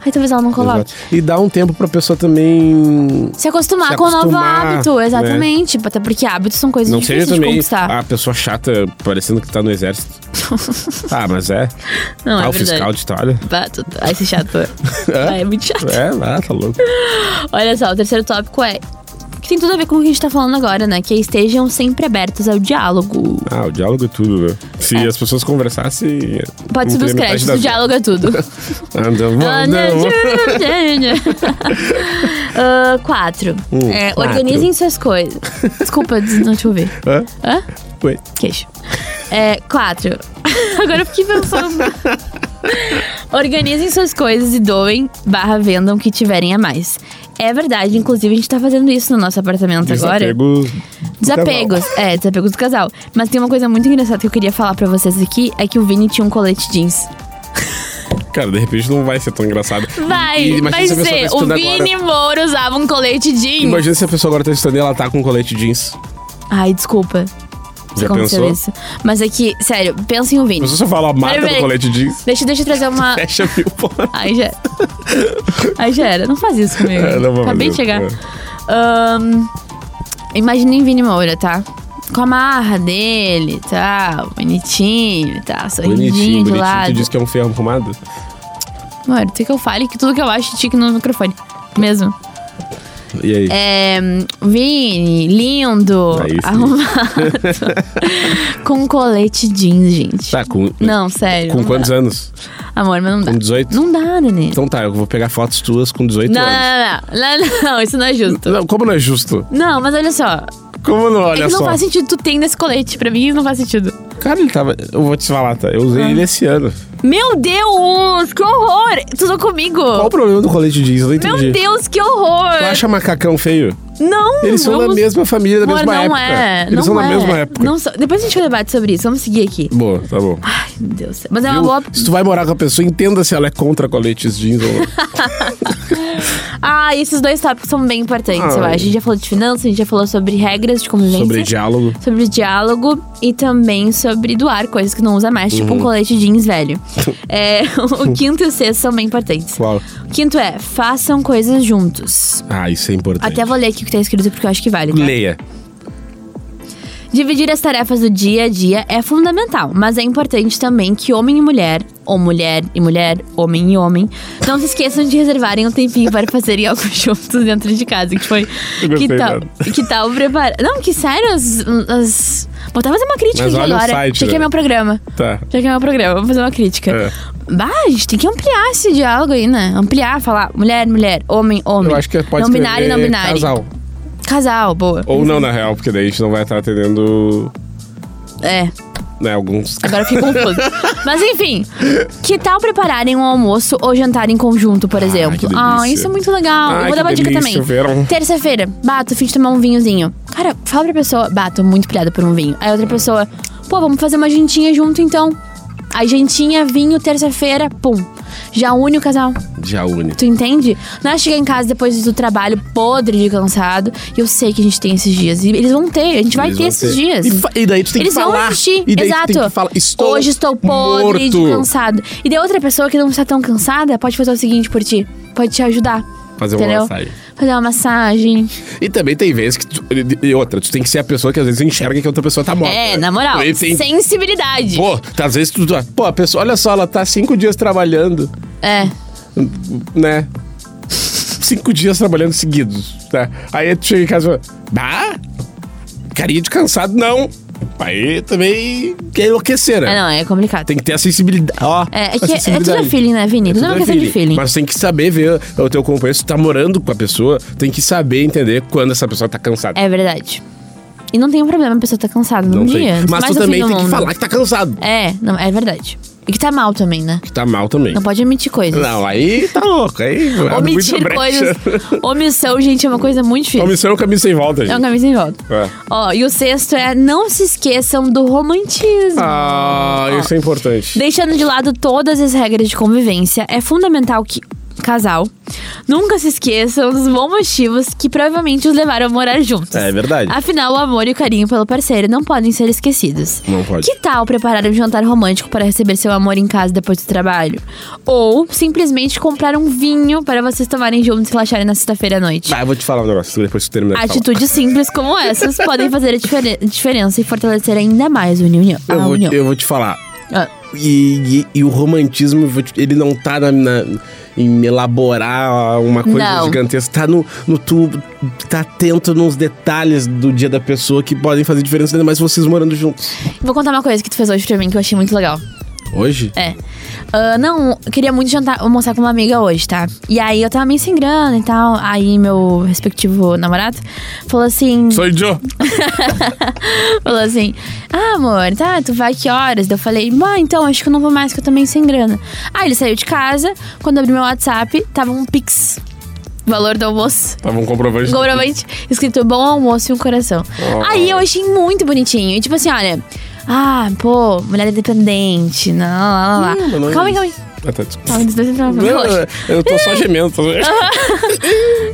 S2: aí talvez ela não coloque.
S1: Exato. E dá um tempo pra pessoa também.
S2: Se acostumar,
S1: Se
S2: com o novo
S1: acostumar,
S2: hábito,
S1: né?
S2: exatamente. Até porque hábitos são coisas
S1: Não
S2: difíceis
S1: seja também
S2: É de conquistar.
S1: a pessoa chata parecendo que tá no
S2: [LAUGHS]
S1: exército. ah, mas é.
S2: Não,
S1: ah,
S2: é
S1: o fiscal
S2: verdade.
S1: de Itália.
S2: Bah, tu- Ai,
S1: [LAUGHS]
S2: se chato. Ai, é muito chato.
S1: É, lá, tá louco.
S2: Olha só, o terceiro tópico é. Que tem tudo a ver com o que a gente tá falando agora, né? Que é estejam sempre abertos ao diálogo.
S1: Ah, o diálogo é tudo, né? Se as pessoas conversassem. um
S2: Pode subir os créditos, o diálogo é tudo.
S1: Andam,
S2: [LAUGHS] Ah,
S1: [LAUGHS]
S2: não, não, não. [LAUGHS] Ah, Quatro.
S1: Hum,
S2: É,
S1: quatro.
S2: organizem suas coisas. Desculpa, não te ouvir. Hã?
S1: Ué,
S2: Queixo. É, quatro. [LAUGHS] Agora eu fiquei pensando. Organizem suas coisas e doem barra vendam o que tiverem a mais. É verdade, inclusive a gente tá fazendo isso no nosso apartamento
S1: é
S2: agora.
S1: desapego.
S2: Desapegos, é, desapegos do casal. Mas tem uma coisa muito engraçada que eu queria falar pra vocês aqui, é que o Vini tinha um colete jeans.
S1: Cara, de repente não vai ser tão engraçado.
S2: Vai,
S1: E- e imagina
S2: vai
S1: se a pessoa tá
S2: ser. O
S1: escutando
S2: Vini
S1: agora.
S2: Moura usava um colete jeans.
S1: Imagina se a pessoa agora tá estudando e ela tá com colete jeans.
S2: Ai, desculpa. se
S1: Já
S2: aconteceu
S1: pensou?
S2: isso. Mas é que, sério, pensem o
S1: A
S2: Vini.
S1: pessoa só fala a marca
S2: Peraí,
S1: do
S2: peraí.
S1: colete jeans.
S2: Deixa, deixa eu trazer uma...
S1: [LAUGHS] Fecha mil porra.
S2: Aí já... Aí já era. Não faz isso comigo.
S1: É, não vou
S2: Acabei
S1: fazer.
S2: de chegar.
S1: É.
S2: Ahn, imaginem Vini Moura, tá? Com a marra dele, tá? Bonitinho, tá? Sorridinho
S1: Bonitinho,
S2: de
S1: bonitinho.
S2: lado.
S1: Tu disse que é um ferro arrumado?
S2: Mano, tem que eu fale que tudo que eu acho tique no microfone. Mesmo.
S1: E aí?
S2: É, Vini, lindo,
S1: Aí sim.
S2: arrumado.
S1: [LAUGHS]
S2: com colete jeans, gente.
S1: Tá, com.
S2: Não, sério.
S1: Com
S2: não
S1: quantos
S2: dá.
S1: anos?
S2: Amor, mas não dá.
S1: Com 18?
S2: Não dá, nenê.
S1: Então tá, eu vou pegar fotos tuas com 18
S2: Não,
S1: anos.
S2: não, não, não, não, isso não é justo.
S1: Não, como não é justo?
S2: Não, mas olha só.
S1: Como não?
S2: é
S1: Olha
S2: que não
S1: só.
S2: faz sentido tu tem nesse colete. Pra mim, isso não faz sentido.
S1: Cara, ele tava. Eu vou te falar, tá? Eu usei
S2: Ah.
S1: ele esse ano.
S2: Meu Deus, que horror! Tu usou comigo.
S1: Qual o problema do colete jeans? Eu não
S2: Oh. Meu
S1: entendi.
S2: Deus, que horror!
S1: Tu acha macacão feio?
S2: Não,
S1: Eles são da
S2: vamos-
S1: mesma família, da
S2: Amor,
S1: mesma
S2: não
S1: época.
S2: é.
S1: Eles
S2: não
S1: são
S2: é.
S1: da mesma época.
S2: Não são- Depois a gente vai debate sobre isso. Vamos seguir aqui.
S1: Boa, tá bom.
S2: Ai, meu Deus. Mas é uma
S1: Viu?
S2: boa.
S1: Se tu vai morar com a pessoa, entenda se ela é contra coletes jeans ou
S2: [LAUGHS]
S1: não.
S2: Ah, esses dois tópicos são bem importantes, eu
S1: Ai.
S2: acho. A gente já falou de finanças, a gente já falou sobre regras de convivência.
S1: sobre diálogo.
S2: sobre diálogo e também sobre doar coisas que não usa mais, tipo
S1: Uhum.
S2: um colete
S1: [LAUGHS]
S2: jeans velho. É, o quinto e o sexto são bem importantes.
S1: Claro.
S2: O quinto é, façam coisas juntos.
S1: Ah, isso é importante.
S2: Até vou ler aqui o que tá escrito porque eu acho que vale. Tá?
S1: Leia.
S2: Dividir as tarefas do dia a dia é fundamental, mas é importante também que homem e mulher, ou mulher e mulher, homem e homem, não se esqueçam de reservarem um tempinho para fazerem algo [LAUGHS] juntos dentro de casa, que foi.
S1: Eu gostei
S2: Que tal,
S1: dela.
S2: que tal preparar. Não, que sério, as. as... Vou até fazer uma crítica
S1: Mas
S2: aqui
S1: olha o
S2: agora.
S1: site,
S2: já que
S1: né?
S2: é meu programa.
S1: Tá.
S2: Já que é meu programa, vamos fazer uma crítica.
S1: É.
S2: Bah, a gente tem que ampliar esse diálogo aí, né? Ampliar, falar mulher, mulher, homem, homem.
S1: Eu acho que pode
S2: Não binário,
S1: escrever
S2: não binário.
S1: casal.
S2: Casal, boa.
S1: Ou não, na real, porque daí a gente não vai estar atendendo
S2: É.
S1: né, alguns.
S2: Agora eu fiquei confuso.
S1: [LAUGHS]
S2: Mas enfim, que tal prepararem um almoço ou jantar em conjunto, por
S1: que
S2: exemplo?
S1: delícia.
S2: Ah, isso é muito legal.
S1: Ai,
S2: eu vou dar
S1: que
S2: uma dica
S1: delícia,
S2: também.
S1: verão.
S2: Terça-feira, bato, fim de tomar um vinhozinho. Cara, fala pra pessoa, bato, muito pilhada por um vinho. Aí outra pessoa, pô, vamos fazer uma jantinha junto então. Aí jantinha, vinho, terça-feira, pum. já une o casal.
S1: Já une.
S2: Tu entende? Não é chegar em casa depois do trabalho podre de cansado. E eu sei que a gente tem esses dias. E eles vão ter, a gente vai
S1: Eles
S2: ter
S1: vão
S2: esses
S1: ter.
S2: dias.
S1: E fa- e daí tu tem que
S2: eles
S1: falar.
S2: vão existir.
S1: E daí tu
S2: Exato.
S1: tem que falar, "Estou
S2: Hoje estou podre de
S1: morto."
S2: cansado. E daí outra pessoa que não está tão cansada pode fazer o seguinte por ti. Pode te ajudar.
S1: Fazer uma
S2: entendeu?
S1: massagem.
S2: Fazer uma massagem.
S1: E também tem vezes que. Tu, e outra, tu tem que ser a pessoa que às vezes enxerga que a outra pessoa tá morta.
S2: É, na moral,
S1: Aí tem-
S2: sensibilidade.
S1: Pô, tá, às vezes tu. Pô, a pessoa, olha só, ela tá cinco dias trabalhando,
S2: É.
S1: né? Cinco dias trabalhando seguidos, tá? Aí tu chega em casa e fala, bah, carinha de cansado, não. Aí também quer enlouquecer, né?
S2: É, não, é complicado.
S1: Tem que ter a sensibilidade. Ó,
S2: É, é
S1: a
S2: que é- é
S1: sensibilidade.
S2: tudo é feeling, né, Vini? Tudo é uma
S1: é
S2: questão de feeling.
S1: Mas tem que saber ver o teu companheiro. Se tu tá morando com a pessoa, tem que saber entender quando essa pessoa tá cansada.
S2: É verdade. E não tem um problema a pessoa tá cansada num
S1: Não tem.
S2: dia.
S1: Mas
S2: mais
S1: tu
S2: no fim
S1: também
S2: do
S1: tem que
S2: mundo.
S1: falar que tá cansado.
S2: É, não, é verdade. E que tá mal também, né?
S1: Que tá mal também.
S2: Não pode omitir coisas.
S1: Não, aí tá louco. Aí abre muita
S2: Omitir
S1: brecha.
S2: coisas. Omissão, gente, é uma coisa muito
S1: [LAUGHS]
S2: difícil.
S1: Omissão é um caminho sem volta,
S2: É
S1: gente.
S2: um caminho sem volta.
S1: É.
S2: Ó, e o sexto é não se esqueçam do romantismo.
S1: Ah, isso é importante.
S2: Deixando de lado todas as regras de convivência, é fundamental que casal nunca se esqueçam dos bons motivos que provavelmente os levaram a morar juntos.
S1: É verdade.
S2: Afinal, o amor e o carinho pelo parceiro não podem ser esquecidos.
S1: Não pode.
S2: Que tal preparar um jantar romântico para receber seu amor em casa depois do trabalho? Ou simplesmente comprar um vinho para vocês tomarem juntos e relaxarem na sexta-feira à noite?
S1: Tá, eu vou te falar um negócio depois que tu terminar de falar.
S2: Atitudes simples como essas podem fazer a diferen- diferença e fortalecer ainda mais a união.
S1: Eu
S2: a
S1: vou,
S2: união.
S1: eu vou te falar.
S2: Ah,
S1: E, e- e o romantismo, eu vou te- ele não tá na, na- em elaborar uma coisa
S2: Não.
S1: gigantesca. Tá no, no tu, tá atento nos detalhes do dia da pessoa que podem fazer diferença, ainda mais vocês morando juntos.
S2: Vou contar uma coisa que tu fez hoje pra mim que eu achei muito legal.
S1: Hoje?
S2: É. Ah, não, eu queria muito jantar, almoçar com uma amiga hoje, tá? E aí eu tava meio sem grana e tal. Aí meu respectivo namorado falou assim.
S1: Sou idiota.
S2: Falou assim: Ah, amor, tá, tu vai que horas? Daí eu falei, mãe, então acho que eu não vou mais, que eu também sem grana. Aí ele saiu de casa, quando eu abri meu WhatsApp, tava um Pix. Valor do almoço.
S1: Tava um comprovante.
S2: Comprovante escrito bom almoço e um coração. Aí eu achei muito bonitinho. E tipo assim, olha. Ah, pô, mulher independente. Não, lá, lá, lá.
S1: Não, não é
S2: calma aí,
S1: isso.
S2: calma aí.
S1: Ah, tá, desculpa.
S2: Calma aí, desculpa, desculpa,
S1: Não, é,
S2: relaxa.
S1: eu tô só gemendo. Tô...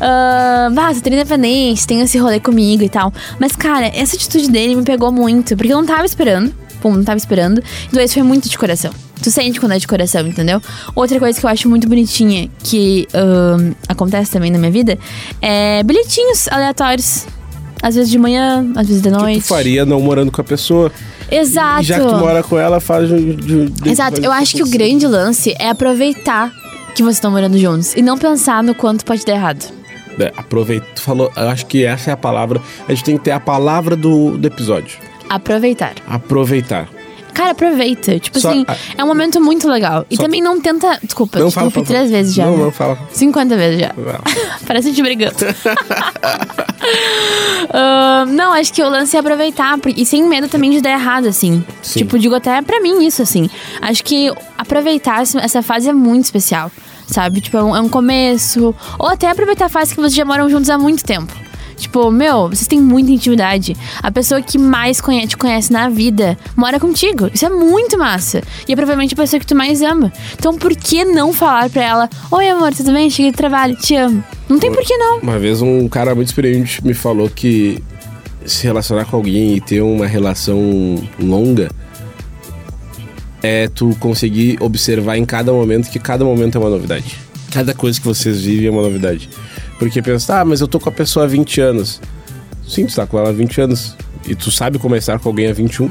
S2: Ah, bah, você tem independente, tem esse rolê comigo e tal. Mas, cara, essa atitude dele me pegou muito, porque eu não tava esperando. Pum, não tava esperando. E dois, foi muito de coração. Tu sente quando é de coração, entendeu? Outra coisa que eu acho muito bonitinha, que ahn, acontece também na minha vida, é bilhetinhos aleatórios. Às vezes de manhã, às vezes de
S1: O que
S2: noite.
S1: tu faria não morando com a pessoa?
S2: Exato.
S1: E já que tu mora com ela, faz... de- de- de- um
S2: Exato,
S1: faz
S2: eu
S1: isso
S2: acho que o
S1: acontecer.
S2: grande lance é aproveitar que vocês estão morando juntos e não pensar no quanto pode dar errado.
S1: É, aproveita. Tu falou... Eu acho que essa é a palavra. A gente tem que ter a palavra do, do episódio.
S2: Aproveitar.
S1: Aproveitar.
S2: Cara, aproveita. Tipo
S1: Só-
S2: assim,
S1: ah.
S2: é um momento muito legal. E
S1: Só-
S2: também não tenta. Desculpa, eu
S1: não
S2: te
S1: fala.
S2: interrompi
S1: fala,
S2: três
S1: fala.
S2: vezes já.
S1: Não,
S2: né?
S1: não, fala.
S2: 50 vezes já.
S1: Não.
S2: [LAUGHS] Parece a gente brigando. [LAUGHS] Ahn, não, acho que o lance é aproveitar. por- E sem medo também de dar errado, assim.
S1: Sim.
S2: Tipo, digo até pra mim isso, assim. Acho que aproveitar esse- essa fase é muito especial. Sabe? Tipo, é um, é um começo. Ou até aproveitar a fase que vocês já moram juntos há muito tempo. Tipo, meu, vocês têm muita intimidade. A pessoa que mais conhe- te conhece na vida mora contigo. Isso é muito massa. E é provavelmente a pessoa que tu mais ama. Então por que não falar pra ela: Oi, amor, tudo bem? Cheguei do trabalho, te amo. Não tem por que não.
S1: Uma vez um cara muito experiente me falou que se relacionar com alguém e ter uma relação longa é tu conseguir observar em cada momento que cada momento é uma novidade. Cada coisa que vocês vivem é uma novidade. Porque pensa, ah, mas eu tô com a pessoa há 20 anos. Sim, tu tá com ela há 20 anos. E tu sabe começar com alguém há 21.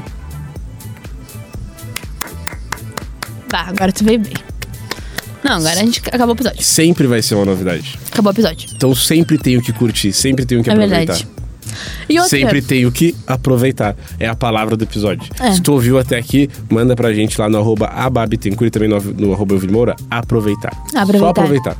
S2: Tá, agora tu veio bem. Não, agora a gente acabou o episódio.
S1: Sempre vai ser uma novidade.
S2: Acabou o episódio.
S1: Então sempre tenho que curtir, sempre tenho que
S2: é
S1: aproveitar.
S2: verdade. E outra,
S1: Sempre tenho que aproveitar. É a palavra do episódio.
S2: É.
S1: Se tu ouviu até aqui, manda pra gente lá no arroba ababittencourt e também no, no arroba Elvio Moura. Aproveitar.
S2: Aproveitar.
S1: Só aproveitar.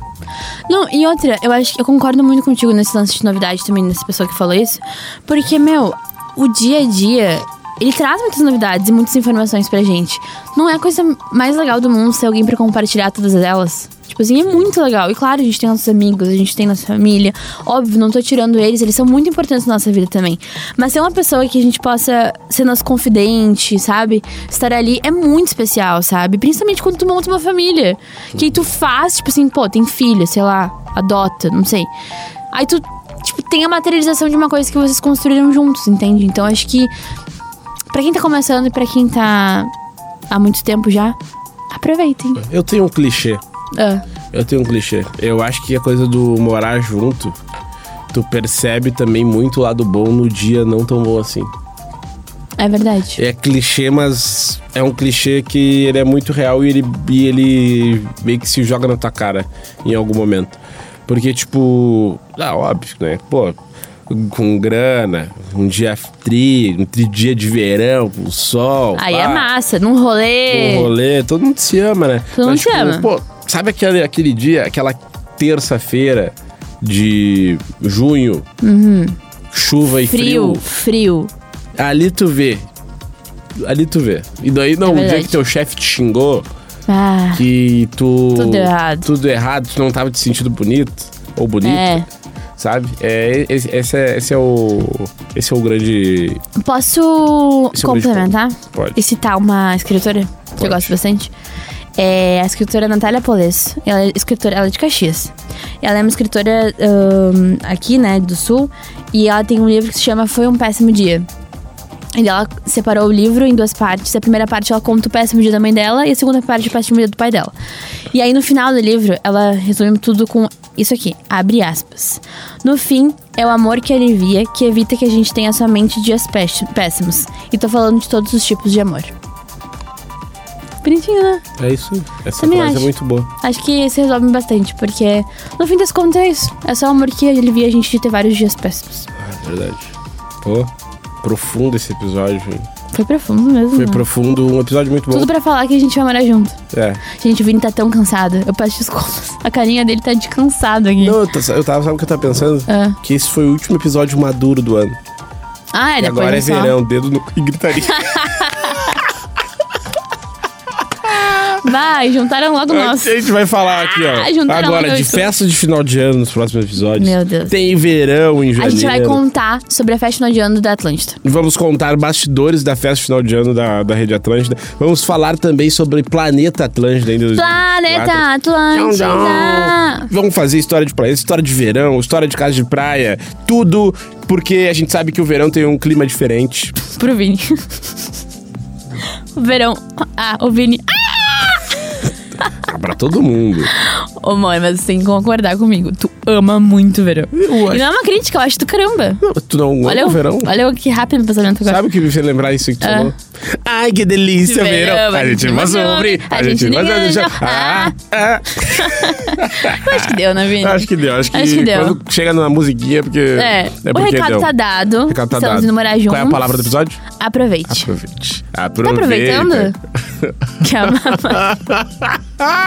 S2: Não, e outra, eu acho que eu concordo muito contigo nesse lance de novidade também, nessa pessoa que falou isso. Porque, meu, o dia a dia ele traz muitas novidades e muitas informações pra gente. Não é a coisa mais legal do mundo ter alguém pra compartilhar todas elas? Tipo assim, é muito legal. E claro, a gente tem nossos amigos, a gente tem nossa família. Óbvio, não tô tirando eles, eles são muito importantes na nossa vida também. Mas ser uma pessoa que a gente possa ser nosso confidente, sabe? Estar ali é muito especial, sabe? Principalmente quando tu monta uma família. Que aí tu faz, tipo assim, pô, tem filho, sei lá, adota, não sei. Aí tu, tipo, tem a materialização de uma coisa que vocês construíram juntos, entende? Então acho que Pra quem tá começando e pra quem tá há muito tempo já, aproveitem.
S1: Eu tenho um clichê.
S2: Ah,
S1: Eu tenho um clichê. Eu acho que a coisa do morar junto, tu percebe também muito o lado bom no dia não tão bom assim.
S2: é verdade.
S1: É clichê, mas é um clichê que ele é muito real e ele, e ele meio que se joga na tua cara em algum momento. Porque, tipo, ah, óbvio, né? Pô, com grana, um dia tri, um tri dia de verão, com sol.
S2: Aí é
S1: pá,
S2: massa, num rolê.
S1: um rolê, todo mundo se ama, né?
S2: Todo mundo se ama.
S1: Pô, sabe aquele, aquele dia, aquela terça-feira de junho, chuva e
S2: Uhum. Frio,
S1: frio.
S2: frio.
S1: Ali tu vê. Ali tu vê. E daí não,
S2: É
S1: o dia
S2: verdade.
S1: que teu chefe te xingou,
S2: Ah,
S1: que tu.
S2: Tudo errado.
S1: Tudo errado, tu não tava te sentindo bonito ou bonita.
S2: é.
S1: Sabe? É, esse, esse é, esse é o. Esse é o grande.
S2: Posso
S1: Esse é um grande
S2: complementar?
S1: ponto. Pode.
S2: E citar uma escritora que eu gosto bastante? É a escritora Natália Poles. Ela é escritora, ela é de Caxias. Ela é uma escritora ahn, aqui, né, do sul. E ela tem um livro que se chama Foi um Péssimo Dia. E ela separou o livro em duas partes. A primeira parte ela conta o péssimo dia da mãe dela e a segunda parte o péssimo dia do pai dela. E aí no final do livro ela resume tudo com isso aqui, abre aspas. No fim, é o amor que alivia, que evita que a gente tenha somente dias pés- péssimos. E tô falando de todos os tipos de amor. Bonitinho, né?
S1: É isso. aí. Essa
S2: Também
S1: frase é
S2: acho.
S1: muito boa.
S2: Acho que isso resolve bastante, porque no fim das contas é isso. É só o amor que alivia a gente de ter vários dias péssimos.
S1: É verdade. Pô, profundo esse episódio, hein?
S2: Foi profundo mesmo.
S1: Foi
S2: né?
S1: profundo, um episódio muito bom.
S2: Tudo pra falar que a gente vai morar junto.
S1: É.
S2: Gente, o Vini tá tão cansado. Eu peço desculpas. A carinha dele tá de cansado aqui.
S1: Não, eu, tô- eu tava, sabe o que eu tava pensando?
S2: Ah.
S1: Que esse foi o último episódio maduro do ano.
S2: Ah, é
S1: E
S2: depois
S1: agora é
S2: só.
S1: verão, dedo no cu e gritaria.
S2: Vai, juntaram logo
S1: A
S2: nós.
S1: gente vai falar aqui, ó.
S2: Ah, juntaram
S1: Agora,
S2: logo
S1: de
S2: isso.
S1: festa de final de ano nos próximos episódios.
S2: Meu Deus.
S1: Tem verão em
S2: A
S1: janeiro.
S2: gente vai contar sobre a festa no ano da Atlântida.
S1: Vamos contar bastidores da festa de final de ano da, da Rede Atlântida. Vamos falar também sobre Planeta Atlântida ainda. em 2024.
S2: Planeta Atlântida!
S1: Vamos fazer história de praia, história de verão, história de casa de praia, tudo, porque a gente sabe que o verão tem um clima diferente. [LAUGHS]
S2: Pro Vini. O verão. Ah, o Vini.
S1: É pra todo mundo.
S2: Ô, mãe, mas você tem que concordar comigo. Tu ama muito o verão.
S1: Eu acho-
S2: E não é uma crítica, eu acho do caramba.
S1: Não, tu não ama
S2: Olha
S1: o verão?
S2: Olha o que rápido o pensamento agora.
S1: Sabe o que me fez lembrar isso que tu
S2: Ah.
S1: falou? Ai, que delícia, o verão. A gente vai sobre, a gente vai
S2: liga,
S1: sobre.
S2: não.
S1: Ah, ah.
S2: Acho que deu, né, Vini?
S1: Acho que deu, acho que,
S2: Acho que deu.
S1: quando chega na musiquinha, porque.
S2: É, o
S1: porque
S2: recado
S1: deu.
S2: tá dado.
S1: O recado tá
S2: Estamos
S1: dado.
S2: indo morar
S1: Qual é a
S2: juntos.
S1: palavra do episódio?
S2: Aproveite.
S1: Aproveite.
S2: Tá
S1: Aproveita.
S2: aproveitando? que
S1: [LAUGHS]
S2: é a mamãe.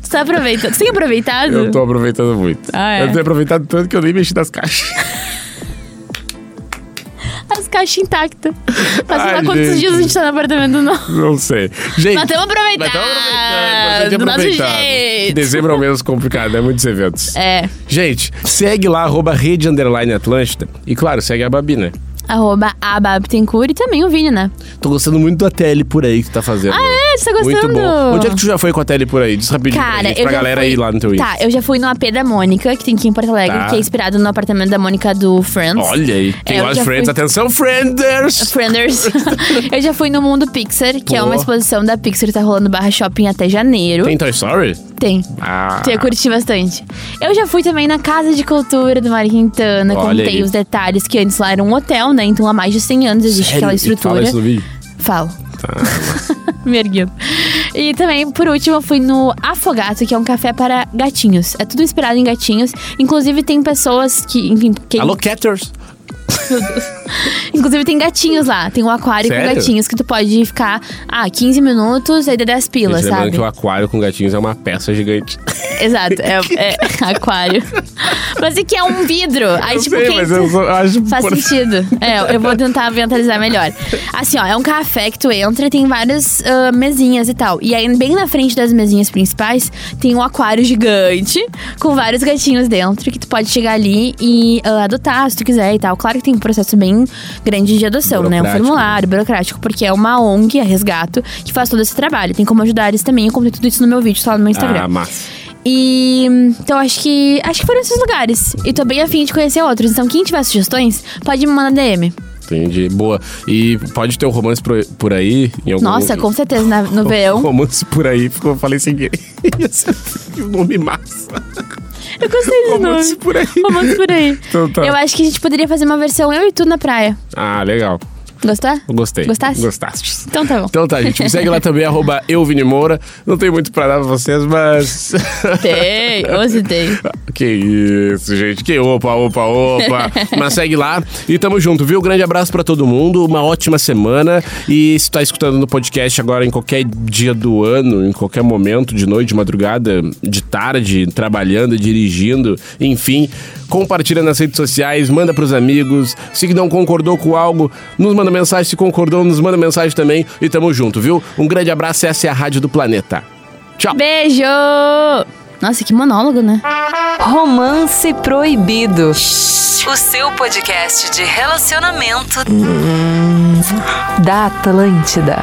S2: Você tá aproveitando? Você tem aproveitado?
S1: Eu tô aproveitando muito.
S2: Ah, é?
S1: Eu tenho aproveitado tanto que eu nem mexi nas caixas. [LAUGHS]
S2: As caixas intactas. Mas sei
S1: Ai,
S2: lá quantos
S1: gente.
S2: dias a gente tá no apartamento novo.
S1: Não sei. Gente.
S2: Mas estamos aproveitando.
S1: mas tamo aproveitando, mas tem
S2: Do nosso
S1: aproveitado.
S2: jeito.
S1: Dezembro é o menos complicado, é muitos eventos.
S2: É.
S1: Gente, segue lá, arroba rede underline Atlântida. E claro, segue a Babi, né?
S2: Arroba ababtencourt e também o Vini, né?
S1: Tô gostando muito da tele por aí que tu tá fazendo.
S2: Ah, é? Você tá gostando?
S1: Muito bom. Onde é que tu já foi com a tele por aí? Diz rapidinho pra,
S2: Cara,
S1: gente,
S2: eu
S1: pra
S2: já
S1: galera
S2: fui...
S1: ir lá no teu
S2: Tá,
S1: Insta.
S2: eu já fui no AP da Mônica, que tem aqui em Porto Alegre,
S1: Tá.
S2: que é inspirado no apartamento da Mônica do Friends.
S1: Olha aí, quem
S2: É, eu
S1: gosta de
S2: já
S1: Friends,
S2: fui-
S1: atenção, Frienders! [LAUGHS]
S2: Frienders. eu já fui no Mundo Pixar, que é
S1: Pô.
S2: uma exposição da Pixar que tá rolando barra shopping até janeiro.
S1: Tem Toy Story?
S2: Tem.
S1: Ah.
S2: Tu ia curtir bastante. Eu já fui também na Casa de Cultura do Mário Quintana,
S1: Olha
S2: contei
S1: aí.
S2: os detalhes, que antes lá era um hotel, né? Então há mais de 100 anos existe
S1: Sério?
S2: aquela
S1: E Fala
S2: estrutura.
S1: isso Ah. no vídeo.
S2: Falo. [LAUGHS] Me erguendo. E também, por último, eu fui no Afogato, que é um café para gatinhos. É tudo inspirado em gatinhos. Inclusive, tem pessoas que, enfim, quem-
S1: Alô, Catters!
S2: Inclusive, tem gatinhos lá. Tem um aquário
S1: Sério?
S2: com gatinhos que tu pode ficar, ah, 15 minutos, aí dá 10 pilas,
S1: Gente, lembrando
S2: sabe?
S1: que o aquário com gatinhos é uma peça gigante.
S2: Exato, é, é aquário. Mas e que é um vidro.
S1: [LAUGHS]
S2: Aí,
S1: Eu
S2: tipo,
S1: sei,
S2: quem.
S1: mas eu só acho...
S2: Faz
S1: por-
S2: sentido. É, eu vou tentar mentalizar melhor. Assim, ó, é um café que tu entra e tem várias ah, mesinhas e tal. E aí, bem na frente das mesinhas principais, tem um aquário gigante com vários gatinhos dentro que tu pode chegar ali e ah, adotar se tu quiser e tal. Claro que tem um processo bem grande de adoção, né? Um
S1: Burocrático,
S2: formulário burocrático, porque é uma ONG, a Resgato, que faz todo esse trabalho. Tem como ajudar eles também. Eu contei tudo isso no meu vídeo, tá lá no meu Instagram.
S1: Ah, massa.
S2: E hum, então acho que. Acho que foram esses lugares. E tô bem afim de conhecer outros. Então, quem tiver sugestões, pode me mandar DM.
S1: Entendi. Boa. E pode ter um romance por, por aí? Em algum...
S2: Nossa, com certeza, na- no um. verão.
S1: Romance por aí, ficou, eu falei sem querer. [LAUGHS] Esse é o nome massa.
S2: Eu gostei do
S1: Romance
S2: nome.
S1: por aí.
S2: Romance por aí.
S1: [LAUGHS] Então tá.
S2: Eu acho que a gente poderia fazer uma versão eu e tu na praia.
S1: Ah, legal.
S2: Gostar?
S1: Eu Gostei.
S2: Gostasse?
S1: Gostaste.
S2: Então tá bom.
S1: Então tá, gente. Me segue lá também, arroba eu, Vini Moura. Não tem muito pra dar pra vocês, mas... [LAUGHS]
S2: Tem, hoje tem.
S1: Que isso, gente. Que opa, opa, opa. Mas segue lá e tamo junto, viu? Grande abraço pra todo mundo, uma ótima semana. E se tá escutando no podcast agora em qualquer dia do ano, em qualquer momento, de noite, de madrugada, de tarde, trabalhando, dirigindo, enfim, compartilha nas redes sociais, manda pros amigos. Se não concordou com algo, nos manda mensagem. Se concordou, nos manda mensagem também. E tamo junto, viu? Um grande abraço. Essa é a Rádio do Planeta. Tchau.
S2: Beijo! Nossa, que monólogo, né?
S3: Romance Proibido. O seu podcast de relacionamento da Atlântida.